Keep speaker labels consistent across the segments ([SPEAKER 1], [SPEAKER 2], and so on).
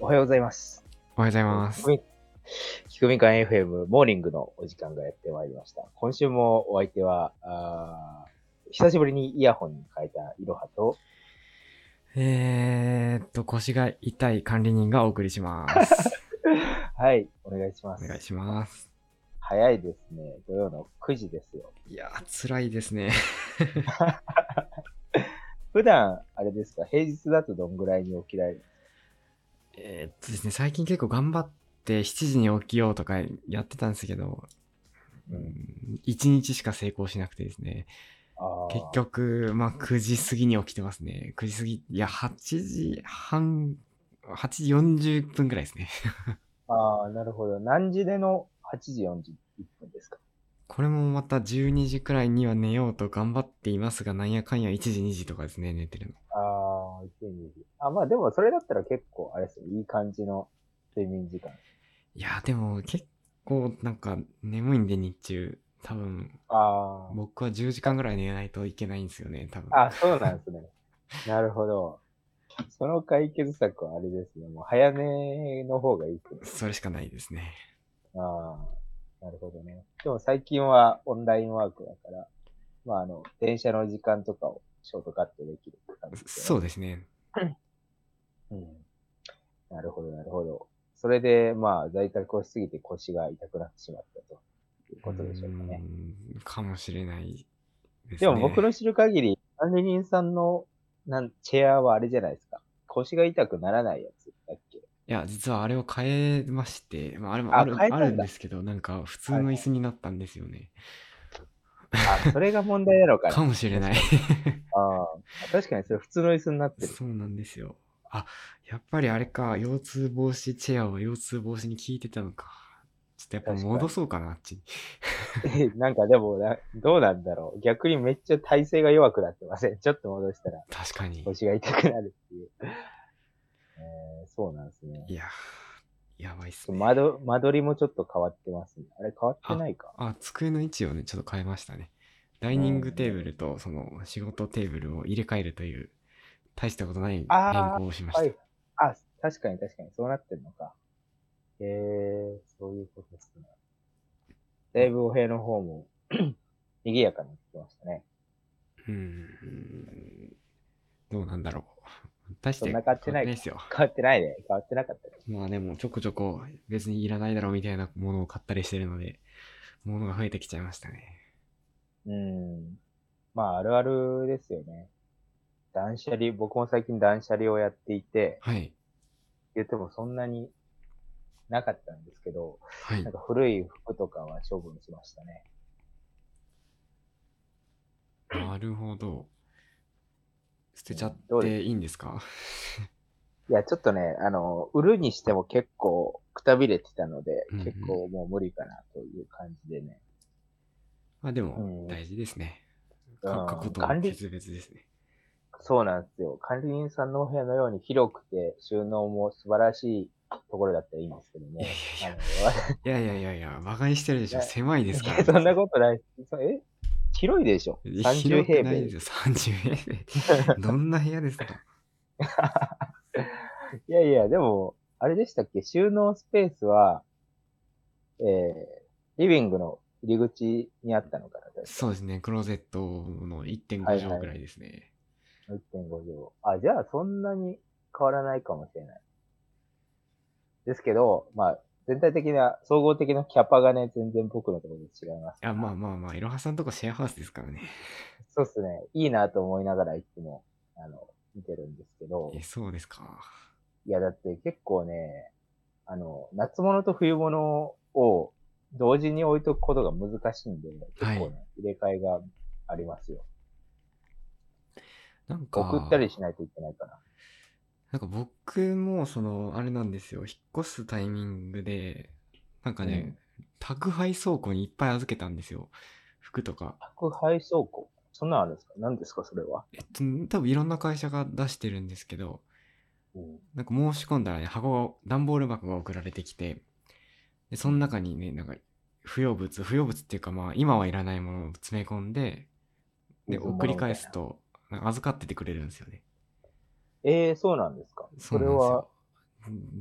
[SPEAKER 1] はようございます。
[SPEAKER 2] おはようござい
[SPEAKER 1] お
[SPEAKER 2] ます。
[SPEAKER 1] 聞くみかん FM モーニングのお時間がやってまいりました。今週もお相手は、あー久しぶりにイヤホンに変えたいろは と、
[SPEAKER 2] えーっと、腰が痛い管理人がお送りします。
[SPEAKER 1] はい、お願いします。
[SPEAKER 2] お願いします。
[SPEAKER 1] 早いですね。土曜の9時ですよ。
[SPEAKER 2] いやー、辛いですね。
[SPEAKER 1] 普段、あれですか、平日だとどんぐらいに起きられる
[SPEAKER 2] えーっとですね、最近結構頑張って7時に起きようとかやってたんですけど、う
[SPEAKER 1] うん
[SPEAKER 2] ん、1日しか成功しなくてですね、
[SPEAKER 1] あー
[SPEAKER 2] 結局、まあ9時過ぎに起きてますね。9時過ぎ、いや、8時半、8時40分ぐらいですね。
[SPEAKER 1] あー、なるほど。何時での8時41分ですか
[SPEAKER 2] これもまた12時くらいには寝ようと頑張っていますが、なんやかんや1時、2時とかですね、寝てるの。
[SPEAKER 1] ああ、一年二時あ、まあでもそれだったら結構、あれですよ、いい感じの睡眠時間。
[SPEAKER 2] いや、でも結構なんか眠いんで日中。多分
[SPEAKER 1] あ
[SPEAKER 2] 僕は10時間ぐらい寝ないといけないんですよね、多分。
[SPEAKER 1] あ。あ、そうなんですね。なるほど。その解決策はあれですね。もう早寝の方がいいですね。
[SPEAKER 2] それしかないですね。
[SPEAKER 1] ああ、なるほどね。でも最近はオンラインワークだから、まああの、電車の時間とかをショートカットできるって感じですよね
[SPEAKER 2] そうですね。
[SPEAKER 1] うんなるほど、なるほど。それで、まあ、在宅をしすぎて腰が痛くなってしまったということでしょうかね。
[SPEAKER 2] うーんかもしれないです
[SPEAKER 1] で
[SPEAKER 2] ね。
[SPEAKER 1] も僕の知る限り、管理人さんのなんチェアはあれじゃないですか。腰が痛くならないやつだっけ
[SPEAKER 2] いや、実はあれを変えまして、まあ、あれも
[SPEAKER 1] あ
[SPEAKER 2] ある
[SPEAKER 1] 変えたん
[SPEAKER 2] あ
[SPEAKER 1] だ
[SPEAKER 2] るんですけど、なんか普通の椅子になったんですよね。
[SPEAKER 1] あ、それが問題なのかな。
[SPEAKER 2] かもし れない。
[SPEAKER 1] あー確かにそれ普通の椅子になってる。
[SPEAKER 2] そうなんですよ。あ、やっぱりあれか、腰痛防止チェアは腰痛防止に効いてたのか。ちょっとやっぱ
[SPEAKER 1] 確かに
[SPEAKER 2] 戻そうかな、あっちに。
[SPEAKER 1] なんかでもな、どうなんだろう。逆にめっちゃ体勢が弱くなってません。 ちょっと戻したら
[SPEAKER 2] 確かに。
[SPEAKER 1] 腰が痛くなるっていう。 えーそうなんですね。
[SPEAKER 2] いやー、やばいっすね。
[SPEAKER 1] 間取間取りもちょっと変わってますね。あれ変わってないか。
[SPEAKER 2] あ、机の位置をね、ちょっと変えましたね。ダイニングテーブルと、その、仕事テーブルを入れ替えるという、大したことない
[SPEAKER 1] あー
[SPEAKER 2] 変更をしました。
[SPEAKER 1] はい。あ、確かに確かに、そうなってるのか。へえそういうことですね。だいぶお部屋の方も 賑やかになってきましたね。
[SPEAKER 2] うーん。どうなんだろう。大して
[SPEAKER 1] そんな変わってない
[SPEAKER 2] 変わですよ。
[SPEAKER 1] 変わってないね。変わってなかったです。
[SPEAKER 2] まあでも、ちょこちょこ、別にいらないだろうみたいなものを買ったりしてるので、ものが増えてきちゃいましたね。
[SPEAKER 1] うん。まあ、あるあるですよね。断捨離、僕も最近断捨離をやっていて、
[SPEAKER 2] はい。
[SPEAKER 1] 言ってもそんなになかったんですけど、
[SPEAKER 2] はい
[SPEAKER 1] なん。か古い服とかは処分しましたね。
[SPEAKER 2] なるほど。捨てちゃ
[SPEAKER 1] ど
[SPEAKER 2] っ
[SPEAKER 1] うで
[SPEAKER 2] ていいんですか
[SPEAKER 1] いや、ちょっとね、あの、売るにしても結構くたびれてたので、
[SPEAKER 2] うんうん
[SPEAKER 1] 結構もう無理かなという感じでね。
[SPEAKER 2] まあで
[SPEAKER 1] うん
[SPEAKER 2] も、大事ですね。
[SPEAKER 1] うん
[SPEAKER 2] か過去と
[SPEAKER 1] 管
[SPEAKER 2] は
[SPEAKER 1] 理
[SPEAKER 2] 別々ですね。
[SPEAKER 1] そうなんですよ。管理人さんのお部屋のように広くて、収納も素晴らしいところだったらいいんですけど
[SPEAKER 2] いや
[SPEAKER 1] ね
[SPEAKER 2] い。
[SPEAKER 1] あ
[SPEAKER 2] やい
[SPEAKER 1] の
[SPEAKER 2] や、いやいやいやいや、馬鹿にしてるでしょ。
[SPEAKER 1] いや
[SPEAKER 2] 狭いですから。
[SPEAKER 1] そんなことないです。そえ広いでしょ
[SPEAKER 2] いや
[SPEAKER 1] ?30
[SPEAKER 2] 広く
[SPEAKER 1] 平
[SPEAKER 2] ないで
[SPEAKER 1] 米
[SPEAKER 2] す。よ、30 平米。どんな部屋ですか
[SPEAKER 1] いやいや、でも、あれでしたっけ収納スペースは、えー、リビングの入り口にあったのかな確か
[SPEAKER 2] そうですね、クローゼットの1.5
[SPEAKER 1] はいはい
[SPEAKER 2] 畳ぐらいですね。
[SPEAKER 1] 1.5畳。あ、じゃあそんなに変わらないかもしれない。ですけど、まあ、全体的な、総合的なキャパがね、全然僕のところと違います。
[SPEAKER 2] いや、まあまあまあ、いろはさんとこシェアハウスですからね。
[SPEAKER 1] そうっすね。いいなと思いながらいつも、あの、見てるんですけど
[SPEAKER 2] え、、そうですか。
[SPEAKER 1] いや、だって結構ね、あの、夏物と冬物を同時に置いとくことが難しいんで、結構ね、
[SPEAKER 2] はい
[SPEAKER 1] 入れ替えがありますよ。
[SPEAKER 2] なんか、
[SPEAKER 1] 送ったりしないといけないかな。
[SPEAKER 2] なんか僕も、その、あれなんですよ、引っ越すタイミングで、なんかね、宅配倉庫にいっぱい預けたんですよ。服とか。
[SPEAKER 1] 宅配倉庫。そんなんあるんですか何ですかそれは。
[SPEAKER 2] えっと、多分いろんな会社が出してるんですけど、
[SPEAKER 1] うん。
[SPEAKER 2] なんか申し込んだらね、箱が、段ボール箱が送られてきて、で、その中にね、なんか、不要物、不要物っていうか、まあ、今はいらないものを詰め込んで、で、送り返すと、なんか預かっててくれるんですよね。
[SPEAKER 1] ええそうなんですか。
[SPEAKER 2] そ
[SPEAKER 1] そうれ
[SPEAKER 2] なんで
[SPEAKER 1] は
[SPEAKER 2] すよ。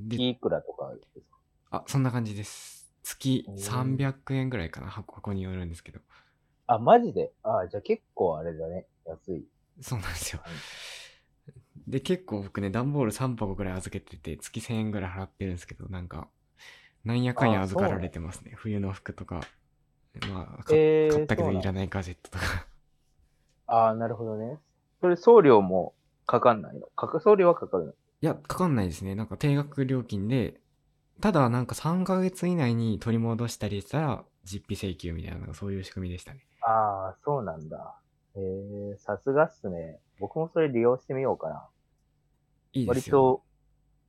[SPEAKER 2] で、
[SPEAKER 1] いくらとかですか
[SPEAKER 2] あ、そんな感じです。月
[SPEAKER 1] おー
[SPEAKER 2] 300円ぐらいかな、箱箱によるんですけど。
[SPEAKER 1] あ、マジであじゃあ結構あれだね。安い。
[SPEAKER 2] そうなんですよ
[SPEAKER 1] は。
[SPEAKER 2] で、結構僕ね、段ボール3箱ぐらい預けてて、月1000円ぐらい払ってるんですけど、なんか、なんやかんや
[SPEAKER 1] あ
[SPEAKER 2] 預から
[SPEAKER 1] そうな
[SPEAKER 2] れ
[SPEAKER 1] ん
[SPEAKER 2] てますね。冬の服とか、まあ、か
[SPEAKER 1] えー
[SPEAKER 2] 買ったけ
[SPEAKER 1] そう
[SPEAKER 2] ど
[SPEAKER 1] なん
[SPEAKER 2] いらないガジェットとか。
[SPEAKER 1] ああ、なるほどね。それ送料もかかんないのかか送料はかかるの
[SPEAKER 2] いや、かかんないですね。なんか定額料金で、ただなんか3ヶ月以内に取り戻したりしたら、実費請求みたいな、なんかそういう仕組みでしたね。
[SPEAKER 1] ああ、そうなんだ。えー、さすがっすね。僕もそれ利用してみようかな。
[SPEAKER 2] いいで
[SPEAKER 1] 割
[SPEAKER 2] すよ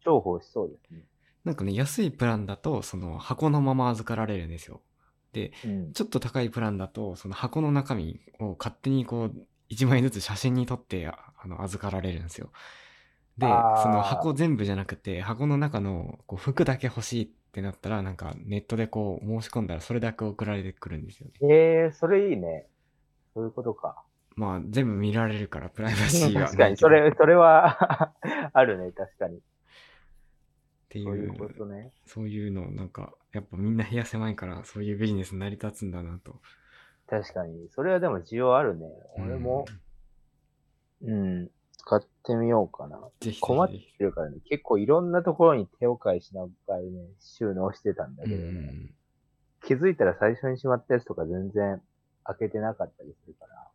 [SPEAKER 1] と重宝しそうですね。
[SPEAKER 2] ね。なんかね、安いプランだと、その箱のまま預かられるんですよ。で、
[SPEAKER 1] うん。
[SPEAKER 2] ちょっと高いプランだと、その箱の中身を勝手にこう、1枚ずつ写真に撮って、ああの、預かられるんですよ。で、
[SPEAKER 1] あー
[SPEAKER 2] その箱全部じゃなくて、箱の中のこう服だけ欲しいってなったら、なんかネットでこう申し込んだらそれだけ送られてくるんですよね。
[SPEAKER 1] えー、それいいね。そういうことか。
[SPEAKER 2] まあ、全部見られ るから、プライバシーはないけど。
[SPEAKER 1] 確かに、それ、それは、 あるね、確かに。
[SPEAKER 2] ってい
[SPEAKER 1] そういう
[SPEAKER 2] う、
[SPEAKER 1] ことね。
[SPEAKER 2] そういうの、なんか、やっぱみんな部屋狭いから、そういうビジネス成り立つんだなと。
[SPEAKER 1] 確かに。それはでも需要あるね。俺も、
[SPEAKER 2] うん、
[SPEAKER 1] うん、使ってみようかな。
[SPEAKER 2] ぜひぜひ
[SPEAKER 1] 困っ
[SPEAKER 2] ぜひ
[SPEAKER 1] てるからね、結構いろんなところに手を返しながらね、収納してたんだけ
[SPEAKER 2] うん
[SPEAKER 1] ど
[SPEAKER 2] う
[SPEAKER 1] ね。
[SPEAKER 2] ん
[SPEAKER 1] 気づいたら最初にしまったやつとか全然開けてなかったりするから、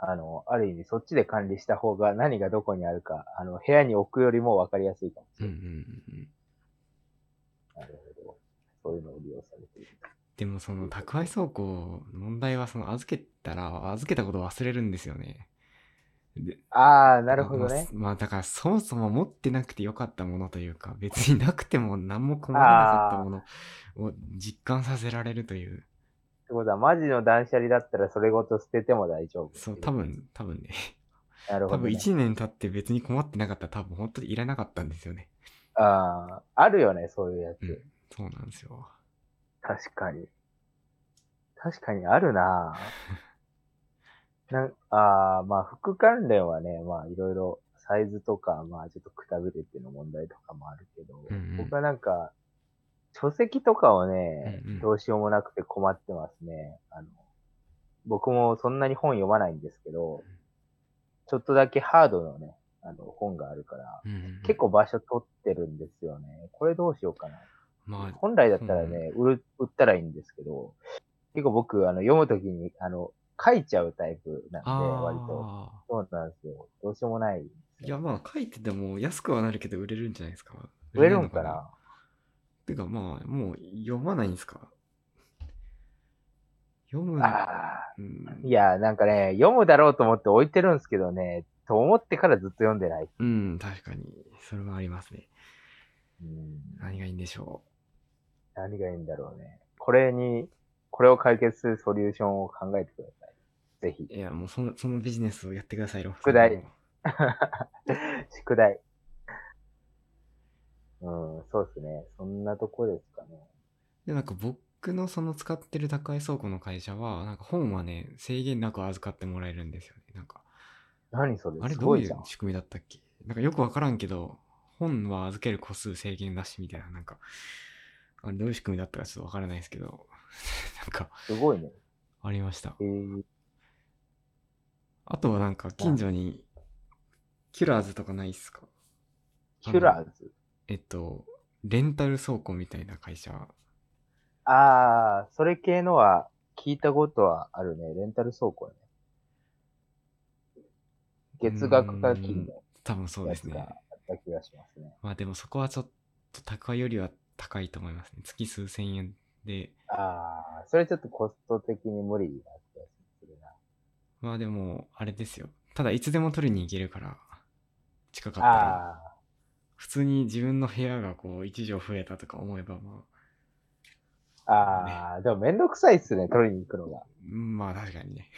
[SPEAKER 1] あの、ある意味そっちで管理した方が何がどこにあるか、あの、部屋に置くよりも分かりやすいかもし
[SPEAKER 2] うんう
[SPEAKER 1] れ
[SPEAKER 2] んう
[SPEAKER 1] ない。
[SPEAKER 2] ん。
[SPEAKER 1] なるほど。そういうのを利用されている。
[SPEAKER 2] でもその宅配倉庫の問題はその預けたら預けたことを忘れるんですよね。で
[SPEAKER 1] ああ、なるほどね。
[SPEAKER 2] まあまあだからそもそも持ってなくてよかったものというか別になくても何も困らなかったものを実感させられるという
[SPEAKER 1] ってことは、マジの断捨離だったらそれごと捨てても大丈夫。
[SPEAKER 2] そう多。分多分ね
[SPEAKER 1] なるほ
[SPEAKER 2] 多
[SPEAKER 1] ど、
[SPEAKER 2] 分
[SPEAKER 1] ね。
[SPEAKER 2] 1年経って別に困ってなかったら多分本当にいらなかったんですよね。
[SPEAKER 1] ああ、あるよね、そういうやつ。
[SPEAKER 2] うんそうなんですよ。
[SPEAKER 1] 確かに。確かにあるなぁ。なんああ、まあ、服関連はね、まあ、いろいろ、サイズとか、まあ、ちょっとくたびれての問題とかもあるけど、
[SPEAKER 2] うんうん
[SPEAKER 1] 僕はなんか、書籍とかをね
[SPEAKER 2] うんうん、
[SPEAKER 1] どうしようもなくて困ってますね。あの、僕もそんなに本読まないんですけど、ちょっとだけハードのね、あの、本があるから、
[SPEAKER 2] うんうん
[SPEAKER 1] 結構場所取ってるんですよね。これどうしようかな。
[SPEAKER 2] まあ
[SPEAKER 1] 本来だったらね、売る、売ったらいいんですけど、結構僕、あの、読むときに、あの、書いちゃうタイプなんで、割と。
[SPEAKER 2] ああ
[SPEAKER 1] そうなんですよ。どうしようもない。
[SPEAKER 2] いやまあ書いてても安くはなるけど売れるんじゃないですか。
[SPEAKER 1] 売れる
[SPEAKER 2] ない
[SPEAKER 1] んかな
[SPEAKER 2] てかまあもう読まないんですか読む
[SPEAKER 1] ああ
[SPEAKER 2] うん
[SPEAKER 1] ー。いや、なんかね、読むだろうと思って置いてるんですけどね、と思ってからずっと読んでない。
[SPEAKER 2] うん確かにそれはありますね
[SPEAKER 1] うん、
[SPEAKER 2] 何がいいんでしょ
[SPEAKER 1] 何がいいんだろうね。これに、これを解決するソリューションを考えてください。ぜ
[SPEAKER 2] う
[SPEAKER 1] ひ。
[SPEAKER 2] いやもうそのそのビジネスをやってくださいロフ
[SPEAKER 1] 宿題
[SPEAKER 2] さんも
[SPEAKER 1] 宿題。うん、そうですね。そんなとこですかね。
[SPEAKER 2] でなんか僕のその使ってる高い倉庫の会社はなんか本はね制限なく預かってもらえるんですよねなんか
[SPEAKER 1] 何それ
[SPEAKER 2] あれ
[SPEAKER 1] す
[SPEAKER 2] ど
[SPEAKER 1] ご
[SPEAKER 2] う
[SPEAKER 1] い
[SPEAKER 2] い
[SPEAKER 1] じゃ。
[SPEAKER 2] うん仕組みだったっけなんかよくわからんけど本は預ける個数制限なしみたいななんかあれどういう仕組みだったかちょっとわからないですけど なんか
[SPEAKER 1] すごいね。
[SPEAKER 2] ありました
[SPEAKER 1] えー、
[SPEAKER 2] あとはなんか近所にキュラーズとかないっすか
[SPEAKER 1] キュラーズ。
[SPEAKER 2] えっと、レンタル倉庫みたいな会社。
[SPEAKER 1] ああ、それ系のは聞いたことはあるね。レンタル倉庫ね。月額課金
[SPEAKER 2] 多分そ
[SPEAKER 1] の
[SPEAKER 2] う
[SPEAKER 1] や
[SPEAKER 2] で
[SPEAKER 1] つ
[SPEAKER 2] す
[SPEAKER 1] があ
[SPEAKER 2] ね。
[SPEAKER 1] った気がしますね。
[SPEAKER 2] まあでもそこはちょっと高いよりは高いと思いますね。月数千円で。
[SPEAKER 1] ああ、それちょっとコスト的に無理な気がするな。
[SPEAKER 2] まあでも、あれですよ。ただいつでも取りに行けるから、近かったら。
[SPEAKER 1] あ
[SPEAKER 2] 普通に自分の部屋がこう一畳増えたとか思えばまあ、
[SPEAKER 1] あ、ああ、でもめんどくさいっすね、取りに行くのが。
[SPEAKER 2] うんまあ確かにね。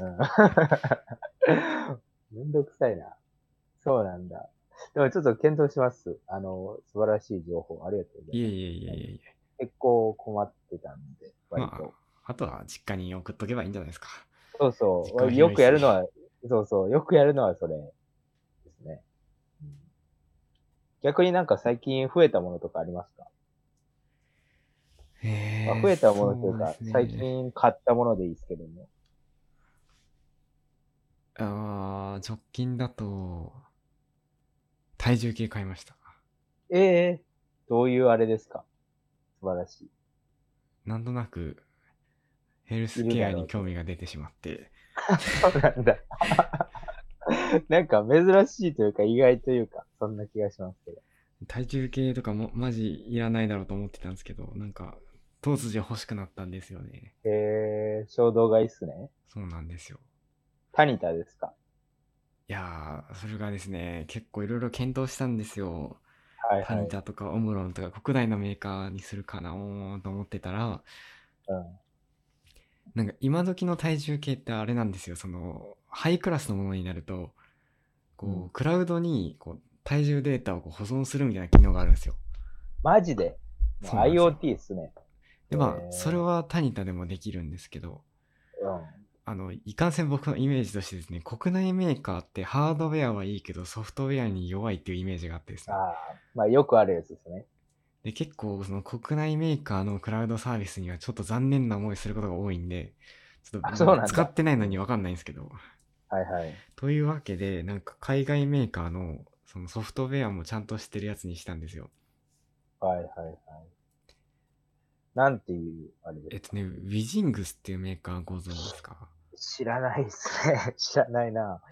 [SPEAKER 1] うん、 めんどくさいな。そうなんだ。でもちょっと検討します。あの、素晴らしい情報ありがとうございます。
[SPEAKER 2] いえいえいえいえいえ。
[SPEAKER 1] 結構困ってたんで、割
[SPEAKER 2] ま
[SPEAKER 1] と。
[SPEAKER 2] あ、あとは実家に送っとけばいいんじゃないですか。
[SPEAKER 1] そうそ
[SPEAKER 2] 実家は
[SPEAKER 1] う。
[SPEAKER 2] 広い
[SPEAKER 1] よくやるのは、そうそう。よくやるのはそれですね。うん逆になんか最近増えたものとかありますか、
[SPEAKER 2] え
[SPEAKER 1] ま
[SPEAKER 2] ー
[SPEAKER 1] あ、増えたものというか
[SPEAKER 2] そですね
[SPEAKER 1] 最近買ったものでいいですけども。
[SPEAKER 2] あー直近だと、体重計買いました。
[SPEAKER 1] ええどういうあれですか素晴らしい。
[SPEAKER 2] なんとなく、ヘルスケアに興味が出てしまって、
[SPEAKER 1] そうなんだ。 なんか珍しいというか意外というか、そんな気がしますけど。
[SPEAKER 2] 体重計とかもマジいらないだろうと思ってたんですけど、なんか、突如欲しくなったんですよね。
[SPEAKER 1] えー、衝動買いっすね。
[SPEAKER 2] そうなんですよ。
[SPEAKER 1] タニタですか
[SPEAKER 2] いやー、それがですね、結構いろいろ検討したんですよ。
[SPEAKER 1] はい
[SPEAKER 2] タ
[SPEAKER 1] はい
[SPEAKER 2] ニ。タとかオムロンとか国内のメーカーにするかなーと思ってたら、
[SPEAKER 1] うん
[SPEAKER 2] なんか今時の体重計ってあれなんですよそのハイクラスのものになるとこう、
[SPEAKER 1] うん
[SPEAKER 2] クラウドにこう体重データをこう保存するみたいな機能があるんですよ
[SPEAKER 1] マジでもう
[SPEAKER 2] そうなんですよ
[SPEAKER 1] ?IoT っすね。
[SPEAKER 2] で
[SPEAKER 1] へ
[SPEAKER 2] ま
[SPEAKER 1] ー
[SPEAKER 2] あそれはタニタでもできるんですけど
[SPEAKER 1] うん。
[SPEAKER 2] あのいかんせん僕のイメージとしてですね国内メーカーってハードウェアはいいけどソフトウェアに弱いっていうイメージがあってですね
[SPEAKER 1] ああ、まあよくあるやつですね。
[SPEAKER 2] で結構その国内メーカーのクラウドサービスにはちょっと残念な思いすることが多いんでちょっ
[SPEAKER 1] あそうなん
[SPEAKER 2] と
[SPEAKER 1] だ
[SPEAKER 2] 使ってないのに分かんないんですけど
[SPEAKER 1] はいはい。
[SPEAKER 2] というわけでなんか海外メーカーのそのソフトウェアもちゃんとしてるやつにしたんですよ
[SPEAKER 1] はいはいはい。なんていう、あれ
[SPEAKER 2] えっ
[SPEAKER 1] で
[SPEAKER 2] とねウィジングスっていうメーカーご存知ですか
[SPEAKER 1] す。知らないっすね。 知らないな。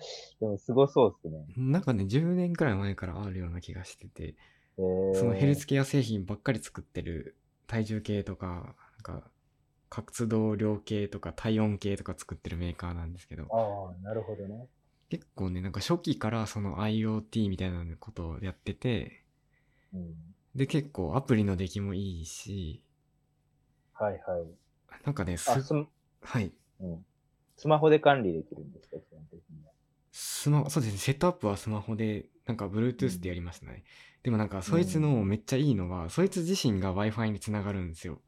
[SPEAKER 1] でもすごそうっすね。
[SPEAKER 2] なんかね10年くらい前からあるような気がしてて
[SPEAKER 1] えー、
[SPEAKER 2] そのヘルスケア製品ばっかり作ってる体重計とかなんか活動量計とか体温計とか作ってるメーカーなんですけど
[SPEAKER 1] ああ、なるほどね。
[SPEAKER 2] 結構ねなんか初期からその IoT みたいなことをやってて
[SPEAKER 1] うん。
[SPEAKER 2] で結構アプリの出来もいいし
[SPEAKER 1] はいはい。
[SPEAKER 2] なんかねす
[SPEAKER 1] あ、スマ
[SPEAKER 2] はい
[SPEAKER 1] うん、スマホで管理できるんですか基本的には。
[SPEAKER 2] スマそうですねセットアップはスマホでなんか Bluetooth でやりましたね、でもなんかそいつのめっちゃいいのは、そいつ自身が Wi-Fi につながるんですよ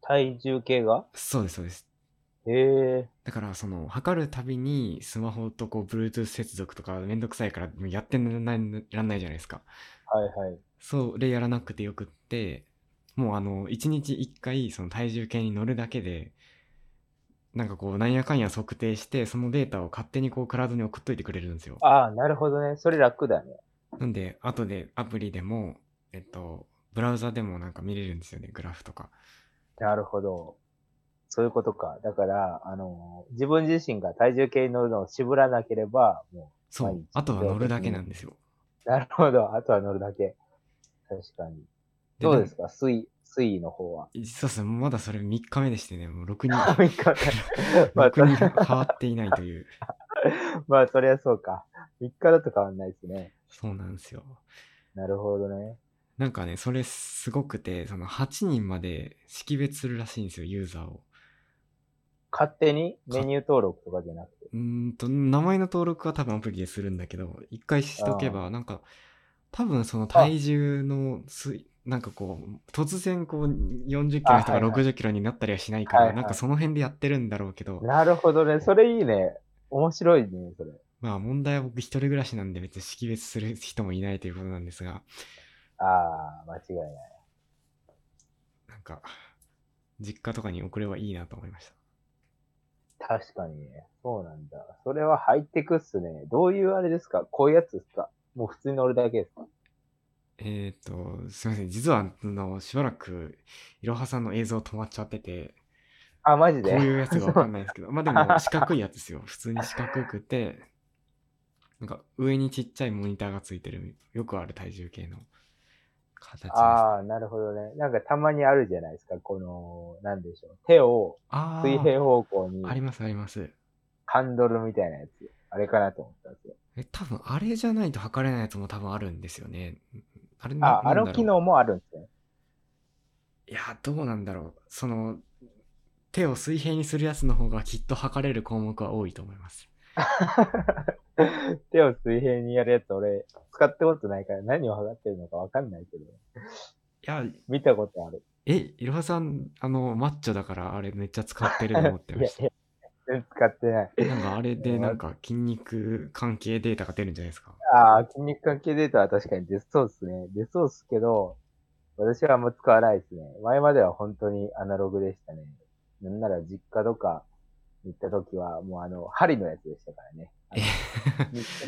[SPEAKER 1] 体重計が
[SPEAKER 2] そうですそうです
[SPEAKER 1] へえ。
[SPEAKER 2] だからその測るたびにスマホとこう Bluetooth 接続とかめんどくさいからもうやってらんないらんないじゃないですか
[SPEAKER 1] はいはい。
[SPEAKER 2] それやらなくてよくってもうあの1日1回その体重計に乗るだけでなんかこうなんやかんや測定してそのデータを勝手にこうクラウドに送っといてくれるんですよ
[SPEAKER 1] ああ、なるほどね。それ楽だね。
[SPEAKER 2] なんで後でアプリでもえっとブラウザでもなんか見れるんですよねグラフとか
[SPEAKER 1] なるほど。そういうことか。だから、あの自分自身が体重計に乗るのを渋らなければ、も
[SPEAKER 2] そう、
[SPEAKER 1] はい
[SPEAKER 2] あとは乗るだけなんですよ
[SPEAKER 1] う、なるほど。 あとは乗るだけ。確かに。どうですか水、水位の方は。
[SPEAKER 2] 実はまだそれ3日目でしてねもう6
[SPEAKER 1] あ
[SPEAKER 2] 人
[SPEAKER 1] 三日目まあ、
[SPEAKER 2] 6人
[SPEAKER 1] そ
[SPEAKER 2] 変わっていないという
[SPEAKER 1] まあ、そりゃそうか。3日だと変わんないですね。
[SPEAKER 2] そうなんですよ
[SPEAKER 1] なるほどね。
[SPEAKER 2] なんかねそれすごくてその8人まで識別するらしいんですよユーザーを
[SPEAKER 1] 勝手にメニュー登録とかじゃなくて。
[SPEAKER 2] うーんと名前の登録は多分アプリでするんだけど一回しとけばなんか多分その体重のすいなんかこう突然こう40キロの人
[SPEAKER 1] あは
[SPEAKER 2] が
[SPEAKER 1] いはい
[SPEAKER 2] 60キロになったりはしないから、
[SPEAKER 1] はいはい
[SPEAKER 2] なんかその辺でやってるんだろうけど、
[SPEAKER 1] なるほどね。それいいね。面白いね、それ。
[SPEAKER 2] まあ問題は僕一人暮らしなんで別に識別する人もいないということなんですが
[SPEAKER 1] ああ、間違いない。
[SPEAKER 2] なんか実家とかに送ればいいなと思いました
[SPEAKER 1] 確かにね。そうなんだ。それはハイテクっすね。どういうあれですかこういうやつですかもう普通に乗るだけですか
[SPEAKER 2] えっ、とすいません実はあのしばらくいろはさんの映像止まっちゃってて
[SPEAKER 1] あ、マジ
[SPEAKER 2] こ
[SPEAKER 1] で
[SPEAKER 2] ういうやつがわかんないです けど、まあでも四角いやつですよ。普通に四角くて、なんか上にちっちゃいモニターがついてる、よくある体重計の形です。あ
[SPEAKER 1] ああ、なるほどね。なんかたまにあるじゃないですか。この、なんでしょう。手を
[SPEAKER 2] あ
[SPEAKER 1] 水
[SPEAKER 2] ー、
[SPEAKER 1] 平方向に
[SPEAKER 2] ありますあります。
[SPEAKER 1] ハンドルみたいなやつ。あれかなと思ったんですよ。
[SPEAKER 2] え、多分あれじゃないと測れないやつも多分あるんですよね。あれな
[SPEAKER 1] あ、あ
[SPEAKER 2] なんだろう
[SPEAKER 1] の機能もあるんですね。
[SPEAKER 2] いや、どうなんだろう。その、手を水平にするやつの方がきっと測れる項目は多いと思います。
[SPEAKER 1] 手を水平にやるやつ、俺、使ったことないから何を測ってるのかわかんないけど、
[SPEAKER 2] いや、
[SPEAKER 1] 見たことある。
[SPEAKER 2] え、いろはさん、あの、マッチョだからあれめっちゃ使ってると思って
[SPEAKER 1] い
[SPEAKER 2] ま
[SPEAKER 1] やい
[SPEAKER 2] した。
[SPEAKER 1] や、然使って ない。
[SPEAKER 2] なんかあれでなんか筋肉関係データが出るんじゃないで すか。
[SPEAKER 1] ああ、筋肉関係データは確かに出そうですね。出そうですけど、私はあんま使わないですね。前までは本当にアナログでしたね。なんなら実家とか行った時は、もうあの、針のやつでしたからね。あ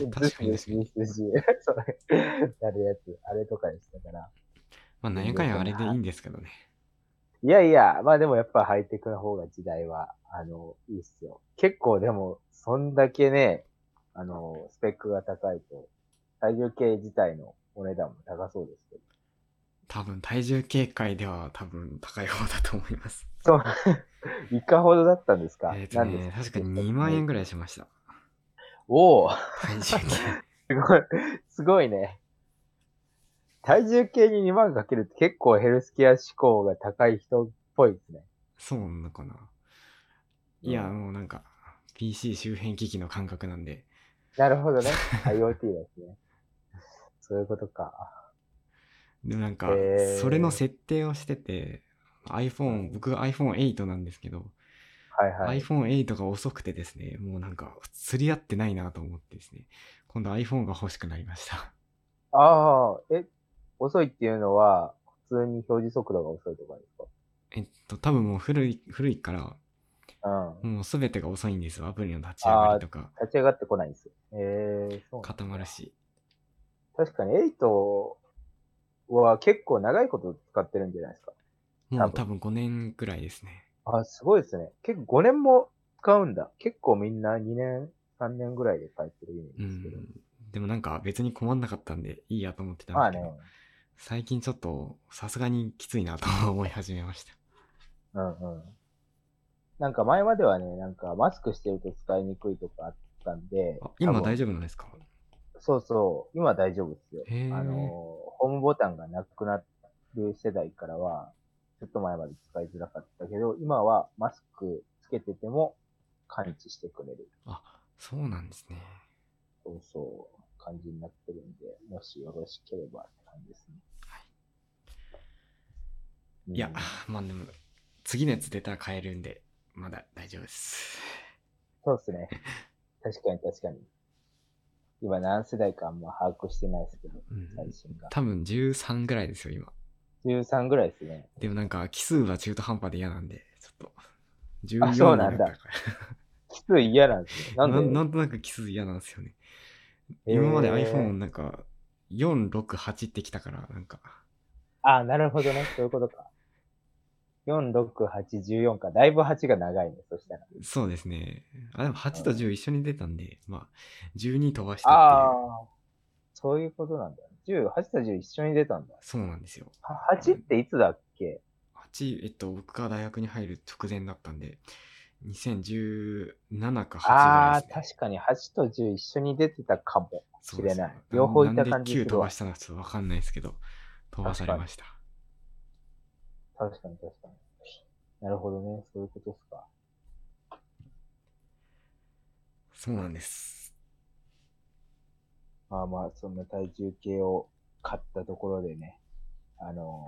[SPEAKER 1] の
[SPEAKER 2] 確かに確かに。
[SPEAKER 1] ズシズシズシズシ それ、なるやつ、あれとかでしたから。
[SPEAKER 2] まあなんやかんやあれでいいんですけどね。
[SPEAKER 1] いやいや、まあでもやっぱハイテクの方が時代は、あの、いいっすよ。結構でも、そんだけね、あの、スペックが高いと、体重計自体のお値段も高そうですけど。
[SPEAKER 2] 多分体重警戒では多分高い方だと思います。
[SPEAKER 1] そう、 いかほどだったんですか、
[SPEAKER 2] えっ、と
[SPEAKER 1] 何です
[SPEAKER 2] ね、確かに2万円ぐらいしました。
[SPEAKER 1] おおす
[SPEAKER 2] 体重 計。
[SPEAKER 1] ごい、すごいね。体重計に2万かけるって結構ヘルスケア志向が高い人っぽいですね。
[SPEAKER 2] そうなのかな。いや、
[SPEAKER 1] うん
[SPEAKER 2] もうなんか PC 周辺機器の感覚なんで。
[SPEAKER 1] なる ほどね。IoT ですね。そういうことか。
[SPEAKER 2] でもなんか
[SPEAKER 1] へー
[SPEAKER 2] それの設定をしてて、
[SPEAKER 1] う
[SPEAKER 2] iPhone、
[SPEAKER 1] ん
[SPEAKER 2] 僕 iPhone8 なんですけど、
[SPEAKER 1] はいはい。
[SPEAKER 2] iPhone8 が遅くてですね、もうなんか釣り合ってないなと思ってですね、今度 iPhone が欲しくなりました。
[SPEAKER 1] ああ、え、遅いっていうのは、普通に表示速度が遅いとかです
[SPEAKER 2] えっと、多分もう古い、古いから、
[SPEAKER 1] かうん。
[SPEAKER 2] もう全てが遅いんですよ。アプリの立ち上がりとか
[SPEAKER 1] 立ち上がってこないんですよ。ええそうなんだ
[SPEAKER 2] 固まるし。
[SPEAKER 1] 確かに8は結構長いこと使ってるんじゃないですか。
[SPEAKER 2] も
[SPEAKER 1] 多
[SPEAKER 2] う
[SPEAKER 1] 分
[SPEAKER 2] 多分5年くらいですね。
[SPEAKER 1] あ、すごいですね。結構5年も使うんだ。結構みんな2年、3年ぐらいで変えてるイメー
[SPEAKER 2] う
[SPEAKER 1] ジですけど。
[SPEAKER 2] ん。でもなんか別に困んなかったんでいいやと思ってた
[SPEAKER 1] まあ
[SPEAKER 2] んです
[SPEAKER 1] ね
[SPEAKER 2] けど、、最近ちょっとさすがにきついなと 思い始めました。
[SPEAKER 1] うんうん。なんか前まではね、なんかマスクしてると使いにくいとかあったんで
[SPEAKER 2] あ、今大
[SPEAKER 1] 丈
[SPEAKER 2] 丈夫なんですか
[SPEAKER 1] 夫そうそう、今大丈夫ですよ。
[SPEAKER 2] へえ。
[SPEAKER 1] あのー、ホームボタンがなくなる世代からは、ちょっと前まで使いづらかったけど、今はマスクつけてても感知してくれる。
[SPEAKER 2] あ、そうなんですね。
[SPEAKER 1] そうそう、感じになってるんで、もしよろしければって感じですね。
[SPEAKER 2] はい
[SPEAKER 1] うん
[SPEAKER 2] いや、まあでも、次のやつ出たら買えるんで、まだ大丈夫です。
[SPEAKER 1] そうですね。確かに確かに。今何世代かあんま把握してないですけど、
[SPEAKER 2] うん
[SPEAKER 1] 最新が。
[SPEAKER 2] 多分13ぐらいですよ、今。
[SPEAKER 1] 13ぐらいですね。
[SPEAKER 2] でもなんか奇数は中途半端で嫌なんで、ちょっと。
[SPEAKER 1] あそうなんだ
[SPEAKER 2] 14にったから
[SPEAKER 1] きつい嫌なんですね。な
[SPEAKER 2] なんん
[SPEAKER 1] で
[SPEAKER 2] なんとなく奇数嫌なんですよね。今まで iPhone
[SPEAKER 1] えー
[SPEAKER 2] なんか468ってきたから、なんか、
[SPEAKER 1] あ、なるほどね。そういうことか。4、6、8、14か。だいぶ8が長いね。そしたら。
[SPEAKER 2] そうですね。あ、でも8と10一緒に出たんで、まあ、12飛ばした
[SPEAKER 1] あ
[SPEAKER 2] っていう。
[SPEAKER 1] あ。そういうことなんだ。10、8と10一緒に出たんだ。
[SPEAKER 2] そうなんですよ。
[SPEAKER 1] は8っていつだっけ
[SPEAKER 2] 8、えっと、僕が大学に入る直前だったんで、2017か8ぐら
[SPEAKER 1] あ
[SPEAKER 2] い
[SPEAKER 1] あ、
[SPEAKER 2] です、ね。
[SPEAKER 1] 確かに8と10一緒に出てたかも。
[SPEAKER 2] そうです
[SPEAKER 1] しれない
[SPEAKER 2] だから
[SPEAKER 1] 両方いた感じ
[SPEAKER 2] なん
[SPEAKER 1] するわ
[SPEAKER 2] で9飛ばしたのかちょっとわかんないですけど、飛ばされました。
[SPEAKER 1] 確かに確かに。なるほどね。そういうことっすか。
[SPEAKER 2] そうなんです。
[SPEAKER 1] まあまあ、そんな体重計を買ったところでね。あの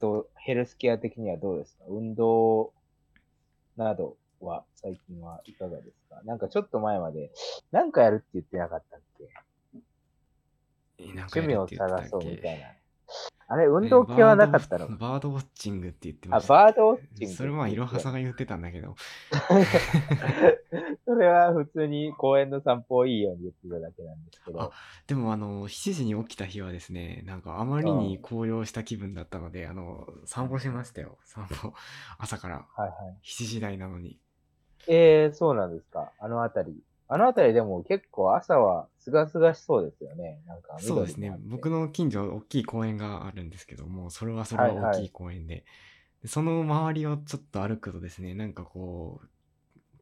[SPEAKER 1] どうヘルスケア的にはどうですか運動などは最近はいかがですかなんかちょっと前まで、なんかやるって言ってなかったっけ
[SPEAKER 2] えなん
[SPEAKER 1] 趣
[SPEAKER 2] かや
[SPEAKER 1] 味
[SPEAKER 2] るっ
[SPEAKER 1] を
[SPEAKER 2] て言って
[SPEAKER 1] 探
[SPEAKER 2] た
[SPEAKER 1] そ
[SPEAKER 2] っ
[SPEAKER 1] うみたい
[SPEAKER 2] け
[SPEAKER 1] な。あれ、運動系はなかったの
[SPEAKER 2] えーバードウォッチングって言って
[SPEAKER 1] あ、
[SPEAKER 2] ました。
[SPEAKER 1] バードウォッチング。
[SPEAKER 2] それはイロハさんが言ってたんだけど、
[SPEAKER 1] それは普通に公園の散歩をいいように言ってただけなんですけど
[SPEAKER 2] あ。でもあの、7時に起きた日はですね、なんかあまりに高揚した気分だったので、あの、散歩しましたよ、散歩。 朝から
[SPEAKER 1] はいはい。
[SPEAKER 2] 7時台なのに。
[SPEAKER 1] えー、そうなんですか。あのあたり。あのあたりでも結構朝はすがすがしそうですよね。なんか緑
[SPEAKER 2] そうです
[SPEAKER 1] もあ
[SPEAKER 2] ね
[SPEAKER 1] っ、て
[SPEAKER 2] 僕の近所、大きい公園があるんですけども、それはそれは大きい公園で、でその周りをちょっと歩くとですね、なんかこう、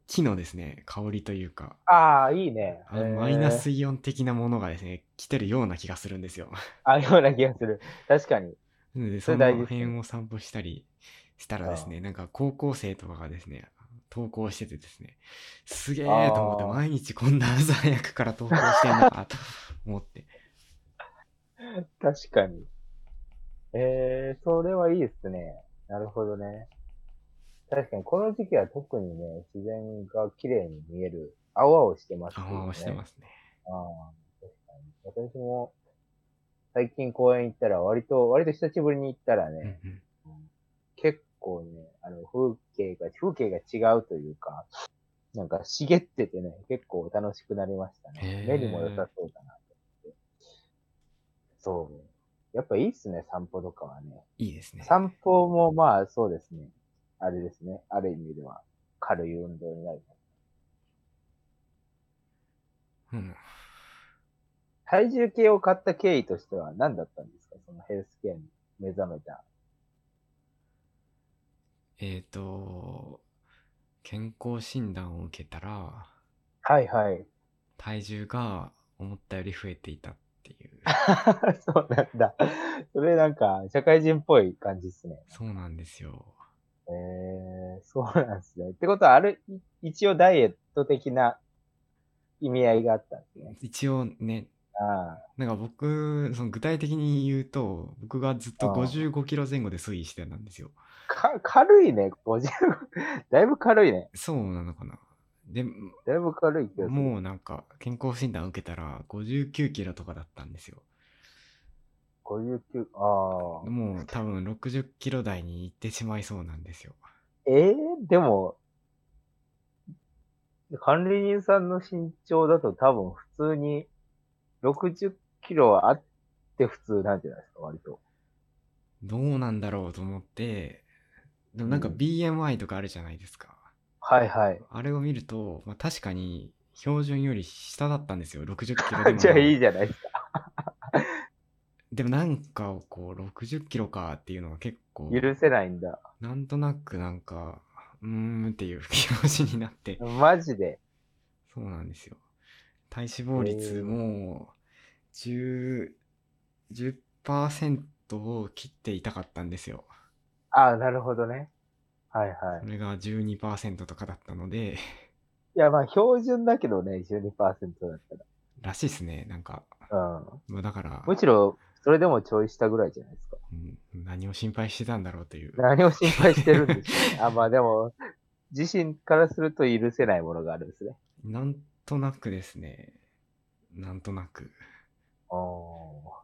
[SPEAKER 2] 木のですね、香りというか、
[SPEAKER 1] ああ、いいね。
[SPEAKER 2] あのマイ
[SPEAKER 1] え
[SPEAKER 2] ナ
[SPEAKER 1] ー
[SPEAKER 2] スイオン的なものがですね、来てるような気がするんですよ。
[SPEAKER 1] あような気がする。確かに。
[SPEAKER 2] なので、
[SPEAKER 1] そ
[SPEAKER 2] そ
[SPEAKER 1] れ
[SPEAKER 2] の
[SPEAKER 1] 大事ですね
[SPEAKER 2] 辺を散歩したりしたらですね、なんか高校生とかがですね、投稿しててですね、すげえと思って、
[SPEAKER 1] あー
[SPEAKER 2] 毎日こんな朝早くから投稿してんだと 思って。
[SPEAKER 1] 確かに。えー、それはいいですね。なるほどね。確かにこの時期は特にね、自然が綺麗に見える、青々してますよね。
[SPEAKER 2] 青々してますね。
[SPEAKER 1] ああ、確かに。私も、最近公園行ったら、割と、割と久しぶりに行ったら
[SPEAKER 2] うん
[SPEAKER 1] ね、
[SPEAKER 2] うん
[SPEAKER 1] 結構ね、あの、風景が、風景が違うというか、なんか茂っててね、結構楽しくなりましたね
[SPEAKER 2] へ。え
[SPEAKER 1] 目にも良さそうだなと思って。そう。やっぱいいっすね、散歩とかはね。
[SPEAKER 2] いいですね。
[SPEAKER 1] 散歩もまあそうですね。あれですね。ある意味では軽い運動になる。
[SPEAKER 2] うん、
[SPEAKER 1] 体重計を買った経緯としては何だったんですかそのヘルスケアに目覚めた。
[SPEAKER 2] えっ、と、健康診断を受けたら、
[SPEAKER 1] はいはい。
[SPEAKER 2] 体重が思ったより増えていたっていう。
[SPEAKER 1] そうなんだ。それなんか社会人っぽい感じですね。
[SPEAKER 2] そうなんですよ。
[SPEAKER 1] えー、そうなんですね。ってことはある、一応ダイエット的な意味合いがあったんですね。
[SPEAKER 2] 一応ね、
[SPEAKER 1] あ
[SPEAKER 2] なんか僕、その具体的に言うと、僕がずっと
[SPEAKER 1] ああ
[SPEAKER 2] 55キロ前後で推移してたんですよ。
[SPEAKER 1] あ。か、軽いね。55。だい ぶ軽いね。
[SPEAKER 2] そうなのかな。で、
[SPEAKER 1] だいぶ軽い気がする。
[SPEAKER 2] もうなんか健康診断受けたら59キロとかだったんですよ。
[SPEAKER 1] 59、ああ。
[SPEAKER 2] もう多分60キロ台に行ってしまいそうなんですよ。
[SPEAKER 1] ええでも、管理人さんの身長だと多分普通に60キロはあって普通なんじゃないですか、割と。
[SPEAKER 2] どうなんだろうと思って、でもなんか
[SPEAKER 1] うん
[SPEAKER 2] BMI とかあるじゃないですか。
[SPEAKER 1] はいはい。
[SPEAKER 2] あれを見ると、まあ、確かに標準より下だったんですよ、60キロで も。
[SPEAKER 1] じゃあいいじゃないですか。
[SPEAKER 2] でもなんかこう、60キロかっていうのが結構、
[SPEAKER 1] 許せないんだ。
[SPEAKER 2] なんとなくなんか、うーんっていう 気持ちになって、
[SPEAKER 1] マジで。
[SPEAKER 2] そうなんですよ。体脂肪率も10、10%を切っていたかったんですよ。
[SPEAKER 1] ああ、なるほどね。はいはい
[SPEAKER 2] そ。れが12%とかだったので、
[SPEAKER 1] いや、まあ標準だけどね、12%だった
[SPEAKER 2] らしいですね、なんか。
[SPEAKER 1] ら。うん。
[SPEAKER 2] まあだから、
[SPEAKER 1] むしろ、それでもちょい下ぐらいじゃないですか。
[SPEAKER 2] うん何を心配してたんだろうという。
[SPEAKER 1] 何を心配してるんですか、ね、 あ、まあでも、自身からすると許せないものがあるんですね。
[SPEAKER 2] なんとなくですね。なんとなく。
[SPEAKER 1] おー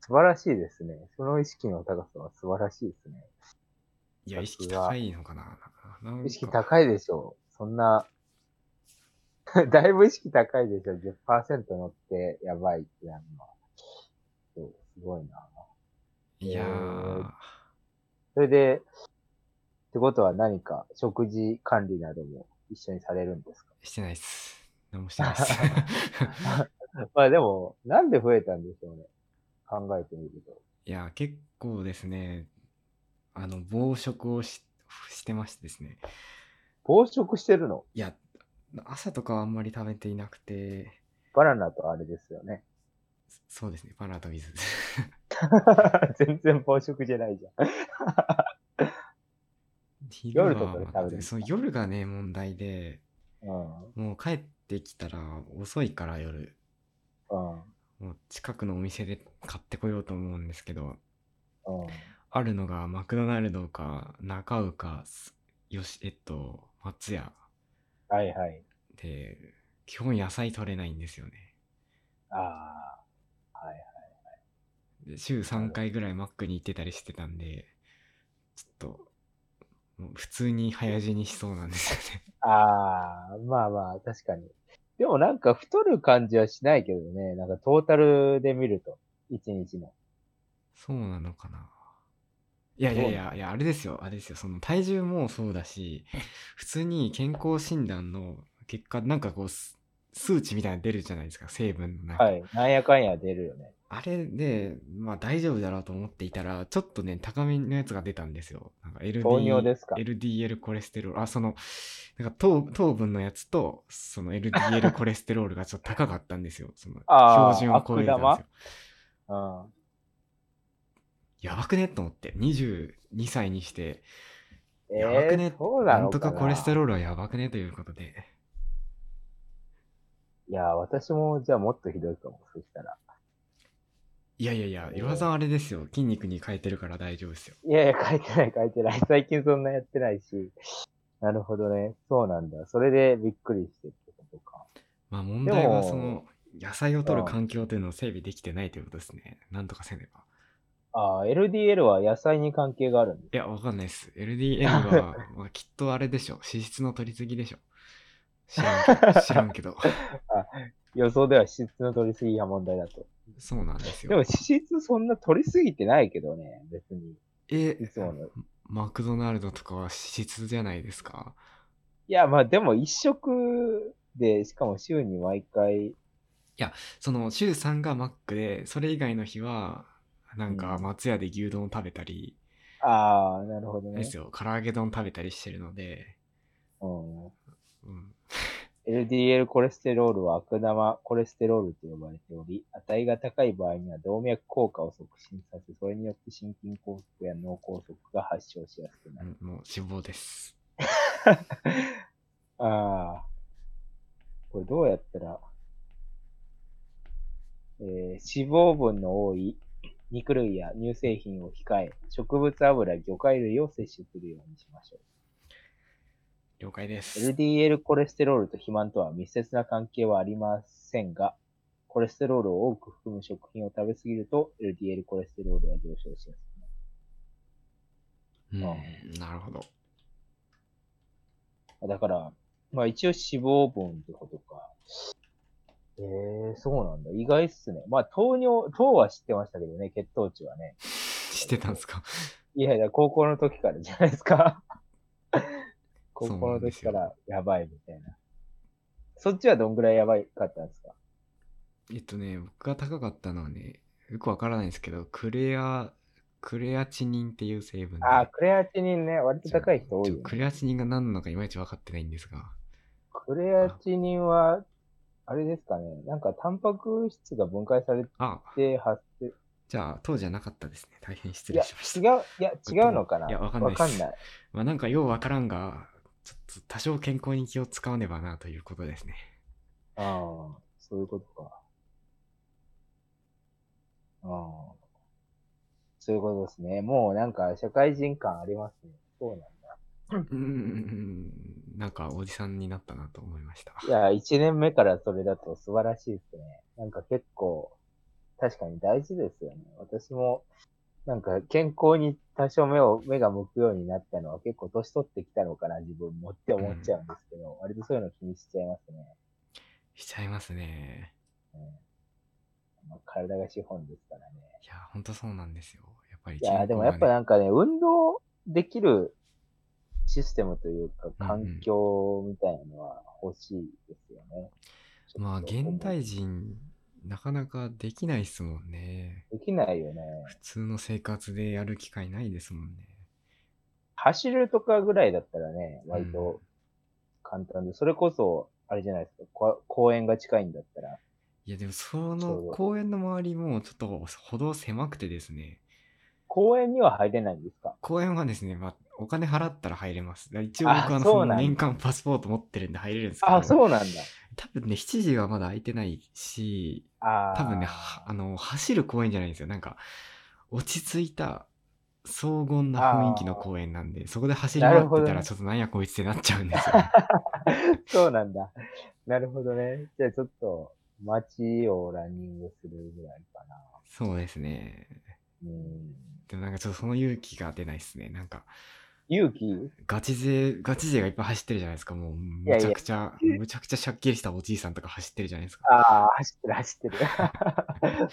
[SPEAKER 1] 素晴らしいですね。その意識の高さは素晴らしいですね。
[SPEAKER 2] いや、意
[SPEAKER 1] さす
[SPEAKER 2] 識
[SPEAKER 1] が
[SPEAKER 2] 高いのかな。なんか
[SPEAKER 1] 意識高いでしょう。そんな、 だいぶ意識高いでしょう。10%乗ってやばいってなるのは。そうすごいな。
[SPEAKER 2] いや
[SPEAKER 1] え
[SPEAKER 2] ー、
[SPEAKER 1] それで、ってことは何か食事管理なども一緒にされるん ですか
[SPEAKER 2] してないっす。何もしてないっす。
[SPEAKER 1] まあでも、なんで増えたんでしょうね。考えてみると。
[SPEAKER 2] いや、結構ですね、あの、暴食をししてましてですね。
[SPEAKER 1] 暴食してるの
[SPEAKER 2] いや、朝とかはあんまり食べていなくて、
[SPEAKER 1] バナナとあれですよね。
[SPEAKER 2] そうですね、バナナと水。
[SPEAKER 1] 全然暴食じゃないじゃん。
[SPEAKER 2] 昼は
[SPEAKER 1] 夜とかで食べるんですか
[SPEAKER 2] そう夜がね、問題で、
[SPEAKER 1] うん。
[SPEAKER 2] もう帰ってきたら遅いから夜。
[SPEAKER 1] うん。
[SPEAKER 2] もう近くのお店で買ってこようと思うんですけど、
[SPEAKER 1] うん。
[SPEAKER 2] あるのがマクドナルドか、中尾か、すよし、えっと、松屋
[SPEAKER 1] はいはい。
[SPEAKER 2] で、基本野菜取れないんですよね。
[SPEAKER 1] ああ。はい。
[SPEAKER 2] で週3回ぐらいマックに行ってたりしてたんで、ちょっと、もう普通に早死にしそうなんですよね。
[SPEAKER 1] ああ、まあまあ、確かに。でもなんか太る感じはしないけどね。なんかトータルで見ると。一日の。
[SPEAKER 2] そうなのかな。いやいやいや、いや、あれですよ、あれですよ、その体重もそうだし、普通に健康診断の結果、なんかこう、す数値みたいなの出るじゃないですか、成分の中
[SPEAKER 1] はい。なんやかんや出るよね。
[SPEAKER 2] あれで、まあ大丈夫だろうと思っていたら、ちょっとね、高めのやつが出たんですよ。なんか LD
[SPEAKER 1] 糖尿ですか
[SPEAKER 2] LDL コレステロール。あ、その、なんか糖糖分のやつと、その LDL コレステロールがちょっと高かったんですよ。その、
[SPEAKER 1] あー
[SPEAKER 2] 標準を超えてたん
[SPEAKER 1] 悪
[SPEAKER 2] です
[SPEAKER 1] 玉
[SPEAKER 2] よ。
[SPEAKER 1] うん。
[SPEAKER 2] やばくねと思って、22歳にして、
[SPEAKER 1] え
[SPEAKER 2] やばくね
[SPEAKER 1] ー、そうな
[SPEAKER 2] な
[SPEAKER 1] の
[SPEAKER 2] んと
[SPEAKER 1] か
[SPEAKER 2] か
[SPEAKER 1] な
[SPEAKER 2] コレステロールはやばくねということで。
[SPEAKER 1] いや、私もじゃあもっとひどいかも。そしたら。
[SPEAKER 2] いやいやいや、いろはさんあれですよ。筋肉に変えてるから大丈夫ですよ。
[SPEAKER 1] いやいや、書いてない、書いてない。 最近そんなやってないし。なるほどね。そうなんだ。それでびっくりしてってことか。
[SPEAKER 2] まあ問題
[SPEAKER 1] で
[SPEAKER 2] は
[SPEAKER 1] も
[SPEAKER 2] その、野菜を取る環境というのを整備できてないということですね。なんとかせねば。
[SPEAKER 1] ああ、LDL は野菜に関係があるんです。
[SPEAKER 2] いや、わかんないです。LDL は、まあ、きっとあれでしょ。脂質の取りすぎでしょ。知らんけど。知らんけど
[SPEAKER 1] 予想では脂質の取りすぎが問題だと。
[SPEAKER 2] そうなんです
[SPEAKER 1] でも
[SPEAKER 2] よ。
[SPEAKER 1] 脂質そんな取りすぎてないけどね、別に。
[SPEAKER 2] え
[SPEAKER 1] いつもの。い
[SPEAKER 2] マクドナルドとかは脂質じゃないですか。
[SPEAKER 1] や、まあでも一食で、しかも週に毎回、
[SPEAKER 2] その週3がマックで、それ以外の日は、なんか
[SPEAKER 1] うん
[SPEAKER 2] 松屋で牛丼を食べたり、
[SPEAKER 1] ああ、なるほど
[SPEAKER 2] で
[SPEAKER 1] ね
[SPEAKER 2] す。よ、唐揚げ丼食べたりしてるので、
[SPEAKER 1] うん、
[SPEAKER 2] うん、
[SPEAKER 1] LDL コレステロールは悪玉コレステロールと呼ばれており、値が高い場合には動脈硬化を促進させ、それによって心筋梗塞や脳梗塞が発症しやすくな
[SPEAKER 2] う
[SPEAKER 1] る。
[SPEAKER 2] んもう脂肪です。
[SPEAKER 1] ああ。これどうやったら、えー脂肪分の多い肉類や乳製品を控え、植物油、魚介類を摂取するようにしましょう。
[SPEAKER 2] 了解です。
[SPEAKER 1] LDL コレステロールと肥満とは密接な関係はありませんが、コレステロールを多く含む食品を食べ過ぎると、LDL コレステロールは上昇しやすくなる。
[SPEAKER 2] うん
[SPEAKER 1] あ、
[SPEAKER 2] なるほど。
[SPEAKER 1] あだから、まあ一応脂肪分ってことか。ええそうなんだ。意外っすね。まあ糖尿、糖は知ってましたけどね、血糖値はね。
[SPEAKER 2] してたんですか。
[SPEAKER 1] いやいや、高校の時からじゃないです か。高校の時か
[SPEAKER 2] そう
[SPEAKER 1] らやばいみたいな。そっちはどんぐらいやばいかったんですか
[SPEAKER 2] えっとね、僕が高かったのはね、よくわからないんですけど、クレア、クレアチニンっていう成分で。
[SPEAKER 1] ああ、クレアチニンね、割と高い人多いよ
[SPEAKER 2] ちょ
[SPEAKER 1] ね。
[SPEAKER 2] クレアチニンが何なのかいまいち分かってないんですが。
[SPEAKER 1] クレアチニンは、あれですかね、なんかタンパク質が分解され
[SPEAKER 2] あ、
[SPEAKER 1] て発生、
[SPEAKER 2] じゃあ、当時はなかったですね。大変失
[SPEAKER 1] い
[SPEAKER 2] 礼
[SPEAKER 1] や、
[SPEAKER 2] しまし
[SPEAKER 1] 違
[SPEAKER 2] た。
[SPEAKER 1] う、いや、違うのかない
[SPEAKER 2] やわかんない
[SPEAKER 1] わ
[SPEAKER 2] です
[SPEAKER 1] かんない。
[SPEAKER 2] まあなんかようわからんが、ちょっと多少健康に気を使わねばなということですね。
[SPEAKER 1] ああ、そういうことか。ああ、そういうことですね。もうなんか社会人感ありますね。そうなんだ。
[SPEAKER 2] うんうんうんうん、なんかおじさんになったなと思いました。
[SPEAKER 1] いや、1年目からそれだと素晴らしいですね。なんか結構、確かに大事ですよね。私も、なんか健康に多少目を、目が向くようになったのは結構年取ってきたのかな、自分もって思っちゃうんですけど、割とそういうの気にしちゃいますね。
[SPEAKER 2] しちゃいますね。
[SPEAKER 1] まあ、体が資本ですからね。
[SPEAKER 2] いや、ほんとそうなんですよ。やっぱり、
[SPEAKER 1] いや、でもやっぱなんかね、運動できるシステムというか、
[SPEAKER 2] うんうん
[SPEAKER 1] 環境みたいなのは欲しいですよね。
[SPEAKER 2] まあ
[SPEAKER 1] ちょっと
[SPEAKER 2] 現代人、なかなかできないっすもんね。
[SPEAKER 1] できないよね。
[SPEAKER 2] 普通の生活でやる機会ないですもんね。
[SPEAKER 1] 走るとかぐらいだったらね、割と簡単で、それこそ、あれじゃないですか、こ公園が近いんだったら、
[SPEAKER 2] いや、でもそ
[SPEAKER 1] ちょ
[SPEAKER 2] の
[SPEAKER 1] うど
[SPEAKER 2] 公園の周りもちょっと歩道狭くてですね。
[SPEAKER 1] 公園には入れないんですか
[SPEAKER 2] 公園はですね、まあ、お金払ったら入れます。だから一応
[SPEAKER 1] あ
[SPEAKER 2] 僕はあの
[SPEAKER 1] そう
[SPEAKER 2] その
[SPEAKER 1] なんだ
[SPEAKER 2] 年間パスポート持ってるんで入れるんですけど、
[SPEAKER 1] あ、そうなんだ。
[SPEAKER 2] 多分ね、7時はまだ空いてないし、
[SPEAKER 1] あー
[SPEAKER 2] 多分ね、はあの、走る公園じゃないんですよ。なんか、落ち着いた、荘厳な雰囲気の公園なんで、そこで走り回
[SPEAKER 1] なるほ
[SPEAKER 2] っ
[SPEAKER 1] ど
[SPEAKER 2] てた
[SPEAKER 1] ね
[SPEAKER 2] ら、ちょっとなんやこいつってなっちゃうんです よ、ね。
[SPEAKER 1] そうなんだ。なるほどね。じゃあちょっと、街をランニングするぐらいかな。
[SPEAKER 2] そうですね。
[SPEAKER 1] うん。
[SPEAKER 2] でもなんかちょっとその勇気が出ないですね。なんか、
[SPEAKER 1] 勇気
[SPEAKER 2] ガチ勢、ガチ勢がいっぱい走ってるじゃないですか。も
[SPEAKER 1] いや
[SPEAKER 2] う、む
[SPEAKER 1] いや
[SPEAKER 2] ちゃくちゃ、むちゃくちゃしゃっきりしたおじいさんとか走ってるじゃないですか。
[SPEAKER 1] ああ、走ってる、走ってる。